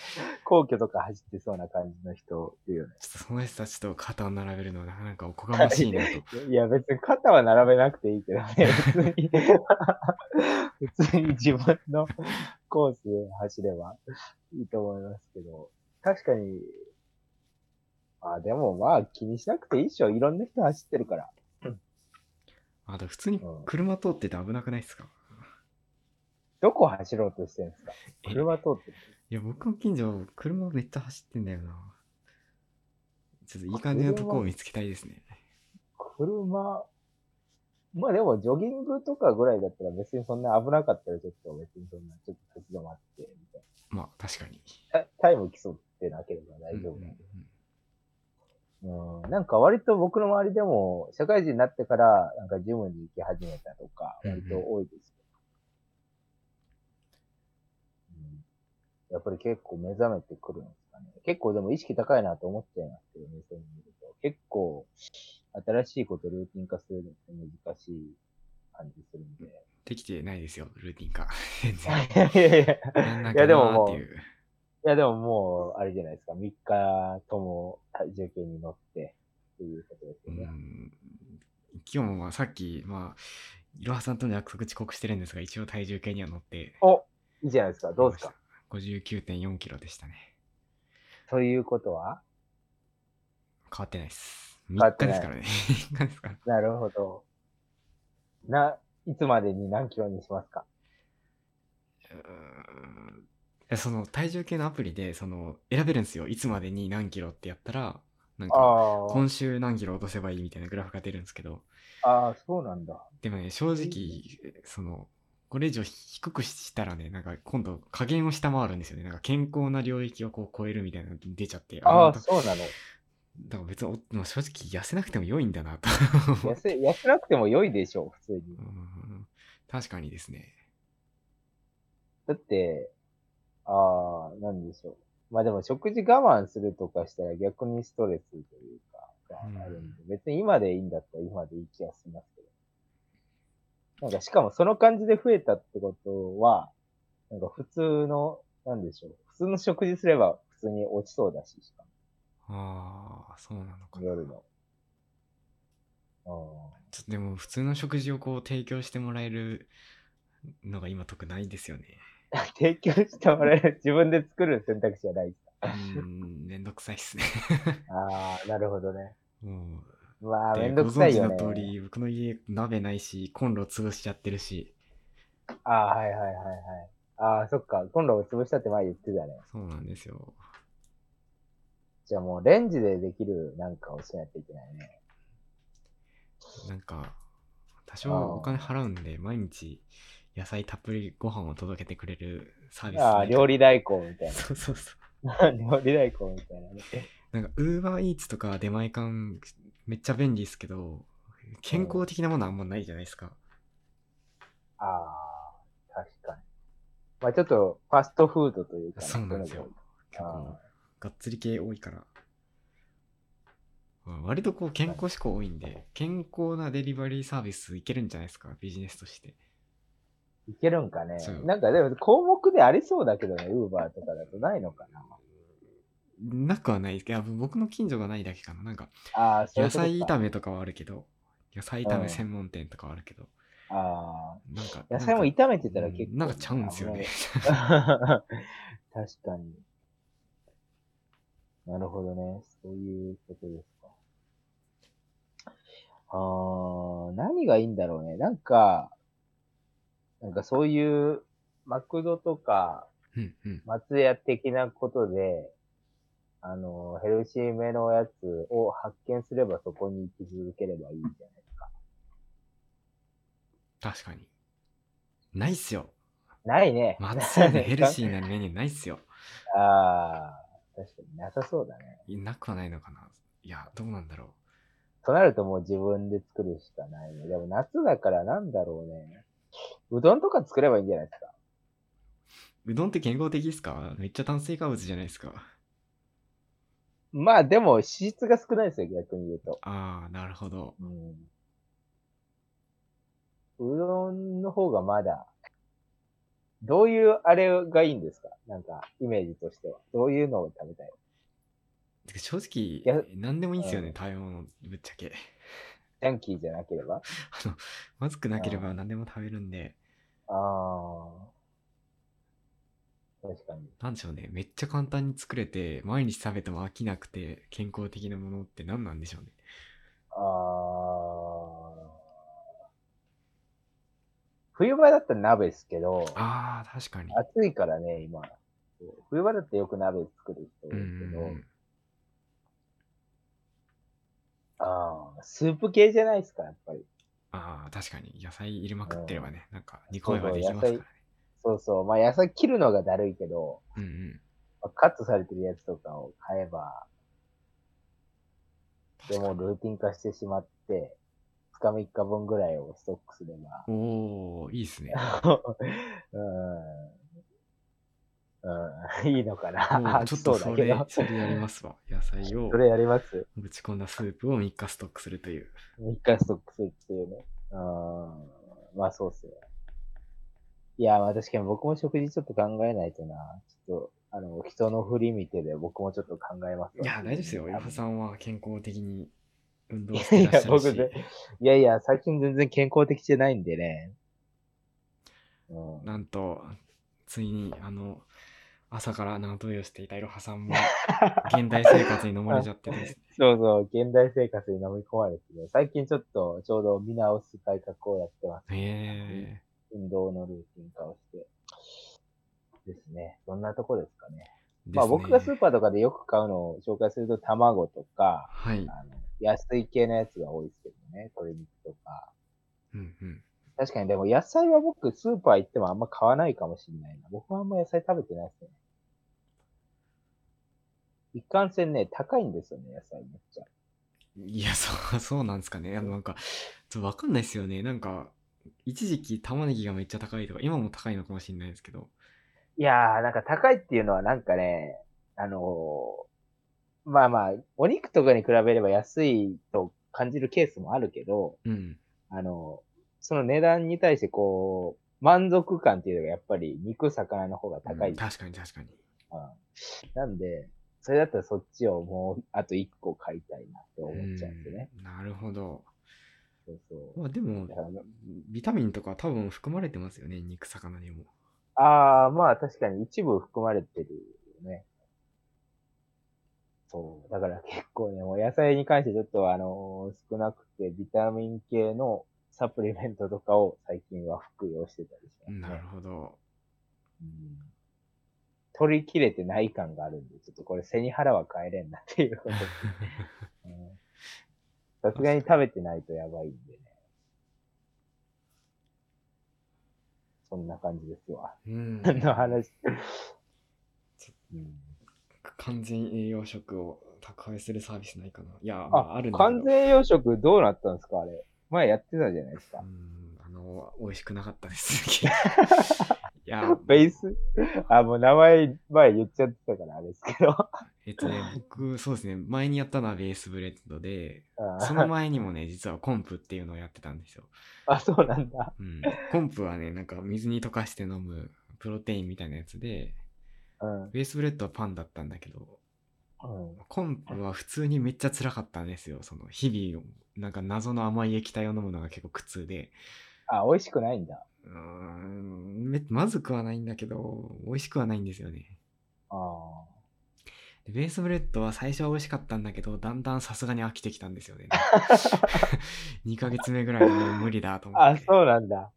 [SPEAKER 1] 皇居とか走ってそうな感じの人いるよね。
[SPEAKER 2] ちょっとその人たちと肩を並べるのはなかなかおこがましいなと。
[SPEAKER 1] いや、別に肩は並べなくていいけど ね、別に。 普通に自分のコースで走ればいいと思いますけど。確かに、あ、でもまあ気にしなくていいっしょ。いろんな人走ってるから。
[SPEAKER 2] あと普通に車通ってて危なくないですか、
[SPEAKER 1] どこ走ろうとしてるんですか
[SPEAKER 2] え
[SPEAKER 1] 車通ってる。
[SPEAKER 2] いや、僕の近所、車めっちゃ走ってんだよな。ちょっといい感じのとこを見つけたいですね。
[SPEAKER 1] 車、まあでもジョギングとかぐらいだったら別にそんな危なかったらちょっと別にそんなちょっと立ち止まってみたい
[SPEAKER 2] まあ、確かに。
[SPEAKER 1] な。タタイム競ってってなければ大丈夫
[SPEAKER 2] うんうんうん
[SPEAKER 1] うんなんか割と僕の周りでも、社会人になってから、なんかジムに行き始めたとか、
[SPEAKER 2] うんうん
[SPEAKER 1] 割と多いですよ、うんやっぱり結構目覚めてくるんですかね。結構でも意識高いなと思っちゃいますけどね、そういうの見ると。結構、新しいことルーティン化するのって難しい感じするんで。
[SPEAKER 2] できてないですよ、ルーティン化。全然。
[SPEAKER 1] い やいやいや。い
[SPEAKER 2] やんなき
[SPEAKER 1] や
[SPEAKER 2] ゃ
[SPEAKER 1] で
[SPEAKER 2] な
[SPEAKER 1] も
[SPEAKER 2] ー
[SPEAKER 1] も
[SPEAKER 2] っ
[SPEAKER 1] う
[SPEAKER 2] ていう。
[SPEAKER 1] やでももう、あれじゃないですか。3日とも状況に乗って、っていうことです
[SPEAKER 2] う
[SPEAKER 1] よね。
[SPEAKER 2] ん今日もまあさっき、まあ、いろはさんとの約束遅刻してるんですが、一応体重計には乗って、
[SPEAKER 1] おいいじゃないですか。どうですか
[SPEAKER 2] ?59.4 キロでしたね。
[SPEAKER 1] ということは
[SPEAKER 2] 変わってないです。
[SPEAKER 1] わ
[SPEAKER 2] 3
[SPEAKER 1] って
[SPEAKER 2] 日
[SPEAKER 1] な
[SPEAKER 2] で
[SPEAKER 1] い
[SPEAKER 2] すからね。3日です から。
[SPEAKER 1] なるほど。な、いつまでに何キロにしますか
[SPEAKER 2] うーんえその体重計のアプリで、その、選べるんですよ。いつまでに何キロってやったら、なんか、
[SPEAKER 1] あー
[SPEAKER 2] 今週何キロ落とせばいいみたいなグラフが出るんですけど、
[SPEAKER 1] あー、そうなんだ。
[SPEAKER 2] でもね、正直、その、これ以上低くしたらね、なんか今度加減を下回るんですよね。なんか健康な領域をこう超えるみたいなの出ちゃって。
[SPEAKER 1] ああ、
[SPEAKER 2] なんか
[SPEAKER 1] そうなの。
[SPEAKER 2] だから別にお、まあ正直痩せなくても良いんだなと。
[SPEAKER 1] 痩せ、痩せなくても良いでしょう、普通に
[SPEAKER 2] う。ん確かにですね。
[SPEAKER 1] だって、ああ、なんでしょう。まあでも食事我慢するとかしたら逆にストレスというか、
[SPEAKER 2] うん
[SPEAKER 1] があるんで、別に今でいいんだったら今でいい気がしますけど。なんかしかもその感じで増えたってことは、なんか普通の、なんでしょう。普通の食事すれば普通に落ちそうだし、しか
[SPEAKER 2] ああ、そうなのか
[SPEAKER 1] も
[SPEAKER 2] な。
[SPEAKER 1] 夜の。あ
[SPEAKER 2] ちょっとでも普通の食事をこう提供してもらえるのが今得ないですよね。
[SPEAKER 1] あ。提供してもらえる、自分で作る選択肢はないですか。
[SPEAKER 2] うん、めんどくさいっ すね。
[SPEAKER 1] ああ、なるほどね。
[SPEAKER 2] もう
[SPEAKER 1] まあ、
[SPEAKER 2] で
[SPEAKER 1] めんどくさいよ
[SPEAKER 2] ご存
[SPEAKER 1] ね。
[SPEAKER 2] 知の通り、僕の家鍋ないし、コンロ潰しちゃってるし、
[SPEAKER 1] ああー、はいはいはいはい。ああー、そっか。コンロを潰したって前言ってたね。
[SPEAKER 2] そうなんですよ。
[SPEAKER 1] じゃあもうレンジでできるなんかをしないといけないね。
[SPEAKER 2] なんか、多少お金払うんで、毎日野菜たっぷりご飯を届けてくれるサービス。
[SPEAKER 1] ああ、料理代行みたい
[SPEAKER 2] そうそうそう。
[SPEAKER 1] な。 料理代行みたいなね。
[SPEAKER 2] なんか、ウーバーイーツとか出前館、めっちゃ便利ですけど、健康的なものはあんまないじゃないですか。
[SPEAKER 1] ああ、確かに。まあちょっとファストフードというかね、
[SPEAKER 2] そうなんですよ。結構
[SPEAKER 1] あ、
[SPEAKER 2] がっつり系多いから。うん割とこう健康志向多いんで、健康なデリバリーサービスいけるんじゃないですか、ビジネスとして。
[SPEAKER 1] いけるんかね
[SPEAKER 2] そう。
[SPEAKER 1] なんかでも項目でありそうだけどね、ウーバーとかだとないのかな。
[SPEAKER 2] なくはないですけど、僕の近所がないだけかな。なんか、
[SPEAKER 1] ああ、そうい
[SPEAKER 2] 野
[SPEAKER 1] うことか
[SPEAKER 2] 菜炒めとかはあるけど、野菜炒
[SPEAKER 1] う
[SPEAKER 2] め
[SPEAKER 1] ん
[SPEAKER 2] 専門店とかはあるけど、
[SPEAKER 1] あ
[SPEAKER 2] なんか、
[SPEAKER 1] あ、野菜も
[SPEAKER 2] なんか
[SPEAKER 1] 炒めてたら結構、
[SPEAKER 2] うんなんかちゃうんですよね。
[SPEAKER 1] 確かに。なるほどね。そういうことですか。あー、何がいいんだろうね。なんか、なんかそういう、マクドとか、
[SPEAKER 2] うんうん。
[SPEAKER 1] 松屋的なことで、あの、ヘルシーめのやつを発見すればそこに行き続ければいいんじゃないですか。
[SPEAKER 2] 確かに。ない っすよ。
[SPEAKER 1] ないね。
[SPEAKER 2] 松屋でヘルシーなメニューないっすよ。
[SPEAKER 1] あー、確かになさそうだね。
[SPEAKER 2] いなくはないのかな。いや、どうなんだろう。
[SPEAKER 1] となるともう自分で作るしかないね。でも夏だからなんだろうね。うどんとか作ればいいんじゃないですか。
[SPEAKER 2] うどんって健康的ですかめっちゃ炭水化物じゃないですか。
[SPEAKER 1] まあでも脂質が少ないですよ、逆に言うと。
[SPEAKER 2] ああ、なるほど。
[SPEAKER 1] うん。うどんの方がまだ、どういうあれがいいんですかなんか、イメージとしては。どういうのを食べたい
[SPEAKER 2] てか正
[SPEAKER 1] や
[SPEAKER 2] 直、何でもいいんですよ
[SPEAKER 1] う
[SPEAKER 2] ね、
[SPEAKER 1] ん
[SPEAKER 2] 食べ物、ぶっちゃけ。
[SPEAKER 1] ジャンキーじゃなければ
[SPEAKER 2] あの、まずくなければ何でも食べるんで、
[SPEAKER 1] ああ。確かに。
[SPEAKER 2] なんでしょうね、めっちゃ簡単に作れて、毎日食べても飽きなくて、健康的なものって何なんでしょうね。
[SPEAKER 1] あー冬場だったら鍋ですけど、
[SPEAKER 2] ああ、確かに。
[SPEAKER 1] 暑いからね、今。冬場だったらよく鍋作る人多
[SPEAKER 2] う
[SPEAKER 1] い
[SPEAKER 2] んう
[SPEAKER 1] け
[SPEAKER 2] ん
[SPEAKER 1] ど、
[SPEAKER 2] うん。
[SPEAKER 1] あースープ系じゃないですか、やっぱり。
[SPEAKER 2] ああ、確かに。野菜入れまくってればね、なんか煮込めばできます
[SPEAKER 1] そう
[SPEAKER 2] か
[SPEAKER 1] そ
[SPEAKER 2] ら
[SPEAKER 1] う
[SPEAKER 2] ね。
[SPEAKER 1] そうそう。まあ、野菜切るのがだるいけど、
[SPEAKER 2] うんうん。
[SPEAKER 1] まあカットされてるやつとかを買えば、でもルーティン化してしまって、2日3日分ぐらいをストックすれば、
[SPEAKER 2] おー、いいっす ね。
[SPEAKER 1] うん、うん、いいのか
[SPEAKER 2] も
[SPEAKER 1] な。
[SPEAKER 2] うちょっとそ
[SPEAKER 1] そうだけ
[SPEAKER 2] れ
[SPEAKER 1] ど、。
[SPEAKER 2] それやりますわ。野菜 を
[SPEAKER 1] それやります
[SPEAKER 2] ぶち込んだスープを3日ストックするという。
[SPEAKER 1] ?3 日ストックするっていうね。うん、まあそうっすね。いや、まあ確かに僕も食事ちょっと考えないとな。ちょっと、あの、人の振り見てで僕もちょっと考えますわ
[SPEAKER 2] いや、大丈夫ですよ。岩尾さんは健康的に運動し
[SPEAKER 1] い
[SPEAKER 2] て
[SPEAKER 1] や
[SPEAKER 2] らっ、しゃる
[SPEAKER 1] 僕
[SPEAKER 2] し。
[SPEAKER 1] ぜ、いやいや、最近全然健康的じゃないんでね。うん。
[SPEAKER 2] なんと、ついに、あの、朝から縄跳びをしていたいろは さんも、現代生活に飲まれちゃってです。
[SPEAKER 1] そうそう、現代生活に飲み込まれてね。最近ちょっと、ちょうど見直す改革をやってます。
[SPEAKER 2] へえ
[SPEAKER 1] 運動のルーティン化をして。ですね。そんなとこですかね。
[SPEAKER 2] ー。
[SPEAKER 1] まあ
[SPEAKER 2] ですね
[SPEAKER 1] 僕がスーパーとかでよく買うのを紹介すると、卵とか、
[SPEAKER 2] はい。
[SPEAKER 1] あの安い系のやつが多いですけどね。鶏肉とか。
[SPEAKER 2] うんうん。
[SPEAKER 1] 確かに、でも野菜は僕、スーパー行ってもあんま買わないかもしれないな。僕はあんま野菜食べてないですね。一貫性ね、高いんですよね、野菜めっちゃ。
[SPEAKER 2] いや、そう、そうなんですかね。あの、なんか、ちょっとわかんないですよね。なんか、一時期玉ねぎがめっちゃ高いとか、今も高いのかもしれないですけど。
[SPEAKER 1] いやー、なんか高いっていうのはなんかね、あのーまあまあ、お肉とかに比べれば安いと感じるケースもあるけど、
[SPEAKER 2] うん。
[SPEAKER 1] あのーその値段に対してこう、満足感っていうのがやっぱり肉、魚の方が高い。
[SPEAKER 2] うん確かに確かに。
[SPEAKER 1] うんなんで、それだったらそっちをもうあと1個買いたいなって思っちゃうんですよね。
[SPEAKER 2] うんなるほど。
[SPEAKER 1] そうそう
[SPEAKER 2] まあでも
[SPEAKER 1] だ、からま
[SPEAKER 2] ビタミンとか多分含まれてますよね。肉、魚にも。
[SPEAKER 1] ああ、まあ確かに一部含まれてるよね。そう。だから結構ね、もう野菜に関してちょっとあのー少なくて、ビタミン系のサプリメントとかを最近は服用してたりしま
[SPEAKER 2] な
[SPEAKER 1] す
[SPEAKER 2] る
[SPEAKER 1] ね。
[SPEAKER 2] ほど。
[SPEAKER 1] うん取り切れてない感があるんで、ちょっとこれ背に腹は変えれんなっていうこと。うんさすがに食べてないとやばいんでね。そんな感じですわ。
[SPEAKER 2] うん。
[SPEAKER 1] 何の話うん
[SPEAKER 2] 完全栄養食を宅配するサービスないかな。いや、まあ、
[SPEAKER 1] あ
[SPEAKER 2] あるんだけど
[SPEAKER 1] 完全栄養食どうなったんですかあれ。前やってたじゃないです
[SPEAKER 2] う
[SPEAKER 1] か。
[SPEAKER 2] ん、あの、美味しくなかったです。いや、
[SPEAKER 1] ベースあ、もう名前前言っちゃってたからあれですけど。
[SPEAKER 2] えっとね、僕、そうですね、前にやったのはベースブレッドで、
[SPEAKER 1] あ
[SPEAKER 2] その前にもね、実はコンプっていうのをやってたんですよ。
[SPEAKER 1] あ、そうなんだ。
[SPEAKER 2] うん。コンプはね、なんか水に溶かして飲むプロテインみたいなやつで、
[SPEAKER 1] うん。
[SPEAKER 2] ベースブレッドはパンだったんだけど、
[SPEAKER 1] うん
[SPEAKER 2] コンプは普通にめっちゃ辛かったんですよ。その日々、なんか謎の甘い液体を飲むのが結構苦痛で、
[SPEAKER 1] あ、美味しくないんだ。
[SPEAKER 2] うーんめまずくはないんだけど、美味しくはないんですよね。
[SPEAKER 1] あ
[SPEAKER 2] でベースブレッドは最初は美味しかったんだけど、だんだんさすがに飽きてきたんですよね。2ヶ月目ぐらいでもう無理だと思
[SPEAKER 1] あ。あ
[SPEAKER 2] っ、て。
[SPEAKER 1] そうなんだ。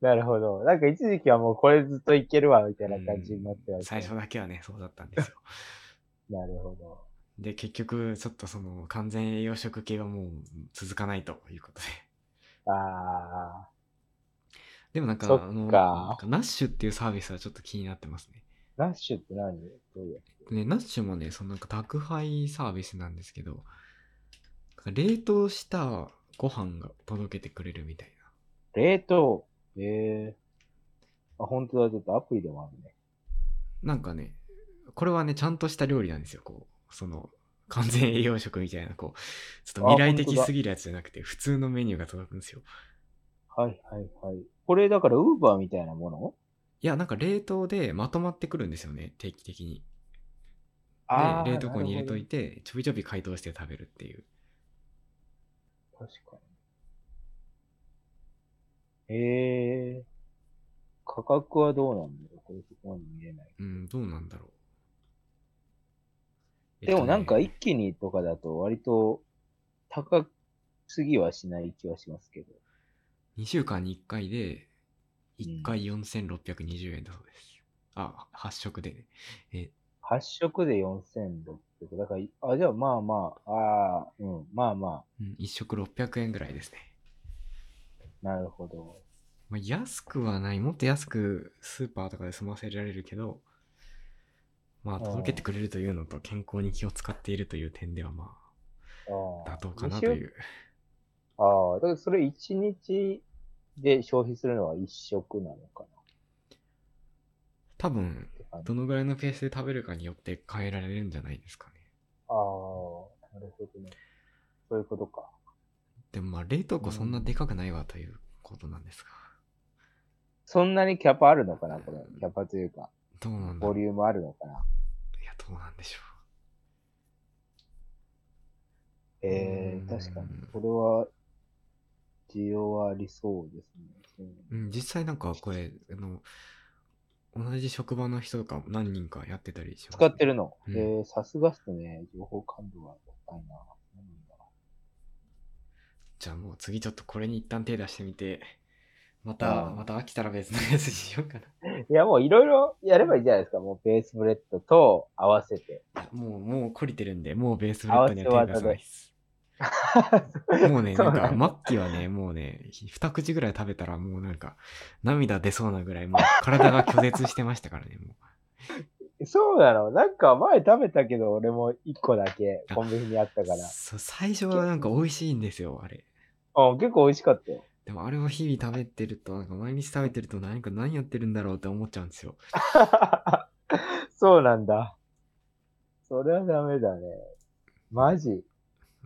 [SPEAKER 1] なるほど。なんか一時期はもうこれずっといけるわ、みたいな感じになってま
[SPEAKER 2] うん
[SPEAKER 1] した
[SPEAKER 2] 最
[SPEAKER 1] ね。
[SPEAKER 2] 初だけはね、そうだったんですよ。
[SPEAKER 1] なるほど。
[SPEAKER 2] で、結局、ちょっとその完全栄養食系はもう続かないということで。
[SPEAKER 1] あ
[SPEAKER 2] でもなんか、
[SPEAKER 1] そっか
[SPEAKER 2] あの、なんかナッシュっていうサービスはちょっと気になってますね。
[SPEAKER 1] ー。ラッシュって何どういう
[SPEAKER 2] ね、ナッシュもね、そのなんか宅配サービスなんですけど、なんか冷凍したご飯が届けてくれるみたいな。
[SPEAKER 1] 冷凍。ええあ、本当だ。ちょっとアプリでもあるね。
[SPEAKER 2] なんかね、これはね、ちゃんとした料理なんですよ。こう、その、完全栄養食みたいな、こう、ちょっと未来
[SPEAKER 1] あ本
[SPEAKER 2] 的
[SPEAKER 1] 当だ
[SPEAKER 2] すぎるやつじゃなくて、普通のメニューが届くんですよ。
[SPEAKER 1] はいはいはい。これだから、ウーバーみたいなもの
[SPEAKER 2] いや、なんか冷凍でまとまってくるんですよね、定期的に。で、
[SPEAKER 1] あー
[SPEAKER 2] 冷凍庫に入れとい
[SPEAKER 1] なる
[SPEAKER 2] て、ちょびちょび解凍して食べるっていう。
[SPEAKER 1] ほど確かに。ええ価格はどうなんだろうこれそこまで見えない。
[SPEAKER 2] うん、どうなんだろう。
[SPEAKER 1] でもなんか
[SPEAKER 2] えっ
[SPEAKER 1] 一気にとかだと割と高すぎはしない気はしますけど。
[SPEAKER 2] とね、2週間に1回で、
[SPEAKER 1] うん
[SPEAKER 2] 1回4620円だそうです。あ、8食でね。え、
[SPEAKER 1] 8色で4600。だから、あ、じゃあまあまあ、ああ、うん、まあま
[SPEAKER 2] うん、1食600円ぐらいですね。
[SPEAKER 1] あ、なるほど。。
[SPEAKER 2] まあ、安くはない。もっと安くスーパーとかで済ませられるけど、まあ、届けてくれるというのと、健康に気を使っているという点では、まあ、妥当かなというう。
[SPEAKER 1] ああ、だからそれ1日で消費するのは1食なのかな
[SPEAKER 2] 多分
[SPEAKER 1] っ、て感じ。
[SPEAKER 2] どのぐらいのペースで食べるかによって変えられるんじゃないですかね。
[SPEAKER 1] ああ、なるほどね。そういうことか。
[SPEAKER 2] でもまあ、冷凍庫そんなでかくないわということなんですが。
[SPEAKER 1] そんなにキャパあるのかなこれ。キャパというか、
[SPEAKER 2] どうなんだろ
[SPEAKER 1] ボ
[SPEAKER 2] う。い
[SPEAKER 1] リュームあるのかな
[SPEAKER 2] や、どうなんでしょ
[SPEAKER 1] ええ
[SPEAKER 2] うん
[SPEAKER 1] 確かに。これは、需要はありそうですね。
[SPEAKER 2] う。うん、実際なんかこれ、あの、同じ職場の人が何人かやってたりします、
[SPEAKER 1] 使ってるの。
[SPEAKER 2] うん
[SPEAKER 1] えーさすがっすね。情報感度は高いな。なんだ
[SPEAKER 2] じゃあもう次ちょっとこれに一旦手出してみて、ま
[SPEAKER 1] あ
[SPEAKER 2] た、
[SPEAKER 1] ー
[SPEAKER 2] また飽きたら別のやつにしようかな。
[SPEAKER 1] いや、もういろいろやればいいじゃないですか。もうベースブレッドと合わせて。
[SPEAKER 2] いやもう、もう懲りてるんで、もうベースブレッドには手出さないです。もうね、
[SPEAKER 1] そう
[SPEAKER 2] な
[SPEAKER 1] なんんだ
[SPEAKER 2] か、末期はね、もうね、二口ぐらい食べたら、もうなんか、涙出そうなぐらい、もう体が拒絶してましたからね、も
[SPEAKER 1] そうなのなんか前食べたけど、俺も1個だけコンビニにあった
[SPEAKER 2] う。
[SPEAKER 1] か
[SPEAKER 2] そう最初はなんか美味しいんですよ、あれ。
[SPEAKER 1] ら。うん、結構美味しかったよ。
[SPEAKER 2] でもあれを日々食べてると、なんか毎日食べてると、何か何やってるんだろうって思っちゃうんですよ。
[SPEAKER 1] そうなんだ。それはダメだね。マジ。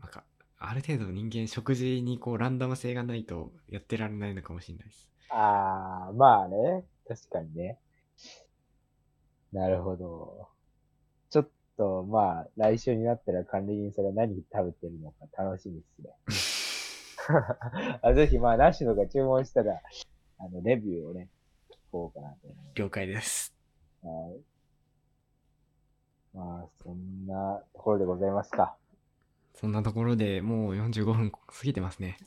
[SPEAKER 2] なんか、ある程度人間、食事にこう、ランダム性がないと、やってられないのかもしれないです。
[SPEAKER 1] あー、まあね。確かにね。なるほど。ちょっと、まあ、来週になったら管理人さんが何食べてるのか楽しみですね。 あぜひ、まあ、ナッシュとか注文したら、あの、レビューをね、聞こうかなと思います
[SPEAKER 2] 了解です。
[SPEAKER 1] はい。まあ、そんなところでございますか。
[SPEAKER 2] そんなところでもう45分過ぎてますね。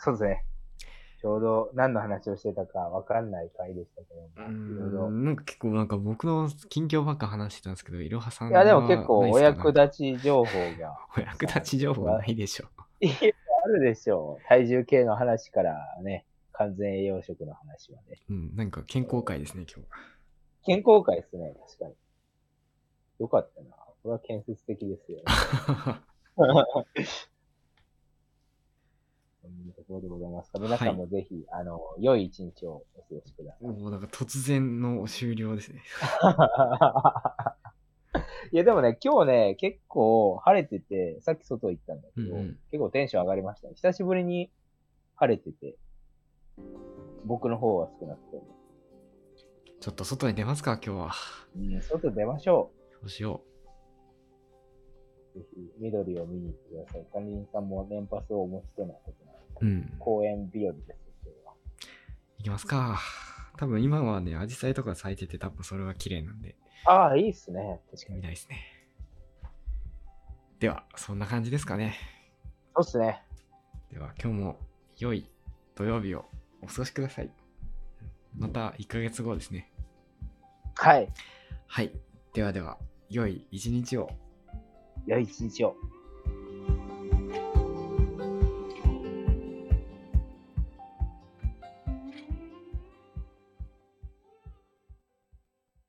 [SPEAKER 1] そうですね。ちょうど何の話をしてたかわかんない回でしたけ
[SPEAKER 2] う
[SPEAKER 1] ども、いろいろ。
[SPEAKER 2] んなんか結構なんか僕の近況ばっか話してたんですけど、いろはさん
[SPEAKER 1] いや、でも結構
[SPEAKER 2] はないっ
[SPEAKER 1] お
[SPEAKER 2] すか
[SPEAKER 1] 役
[SPEAKER 2] なんか
[SPEAKER 1] 立ち情報が
[SPEAKER 2] お役立ち情報ないで しょ。
[SPEAKER 1] いっぱいあるでしょう。体重計の話からね、完全栄養食の話はね。
[SPEAKER 2] うん、なんか健康会ですね、今日は。
[SPEAKER 1] 健康会ですね、確かに。よかったな。これは建設的ですよね。 そんなところでございますか。皆さんもぜひ、あの、良い一日をお過ごしください。
[SPEAKER 2] もうなんか突然の終了ですね。
[SPEAKER 1] い や、でもね、今日ね、結構晴れてて、さっき外行ったんだけど、
[SPEAKER 2] うんうん
[SPEAKER 1] 結構テンション上がりましたね。久しぶりに晴れてて、僕の方は少なくとも。
[SPEAKER 2] ちょっと外に出ますか、今日は。
[SPEAKER 1] うん、外出ましょ
[SPEAKER 2] そうしよ
[SPEAKER 1] う。ぜひ、緑を見に行ってください。管理人さんも年パスをお持ちとのことなので
[SPEAKER 2] う。うん。
[SPEAKER 1] 公園日和です、今日は。
[SPEAKER 2] 行きますか。多分今はね、アジサイとか咲いてて、多分それは綺麗なんで、
[SPEAKER 1] ああ、いいっすね。確か
[SPEAKER 2] 見
[SPEAKER 1] に。
[SPEAKER 2] たいですね。では、そんな感じですかね。
[SPEAKER 1] そうっすね。
[SPEAKER 2] では今日も良い土曜日をお過ごしください。また1ヶ月後ですね。
[SPEAKER 1] はい。
[SPEAKER 2] はい。ではでは、良い一日を。
[SPEAKER 1] 良い一日を。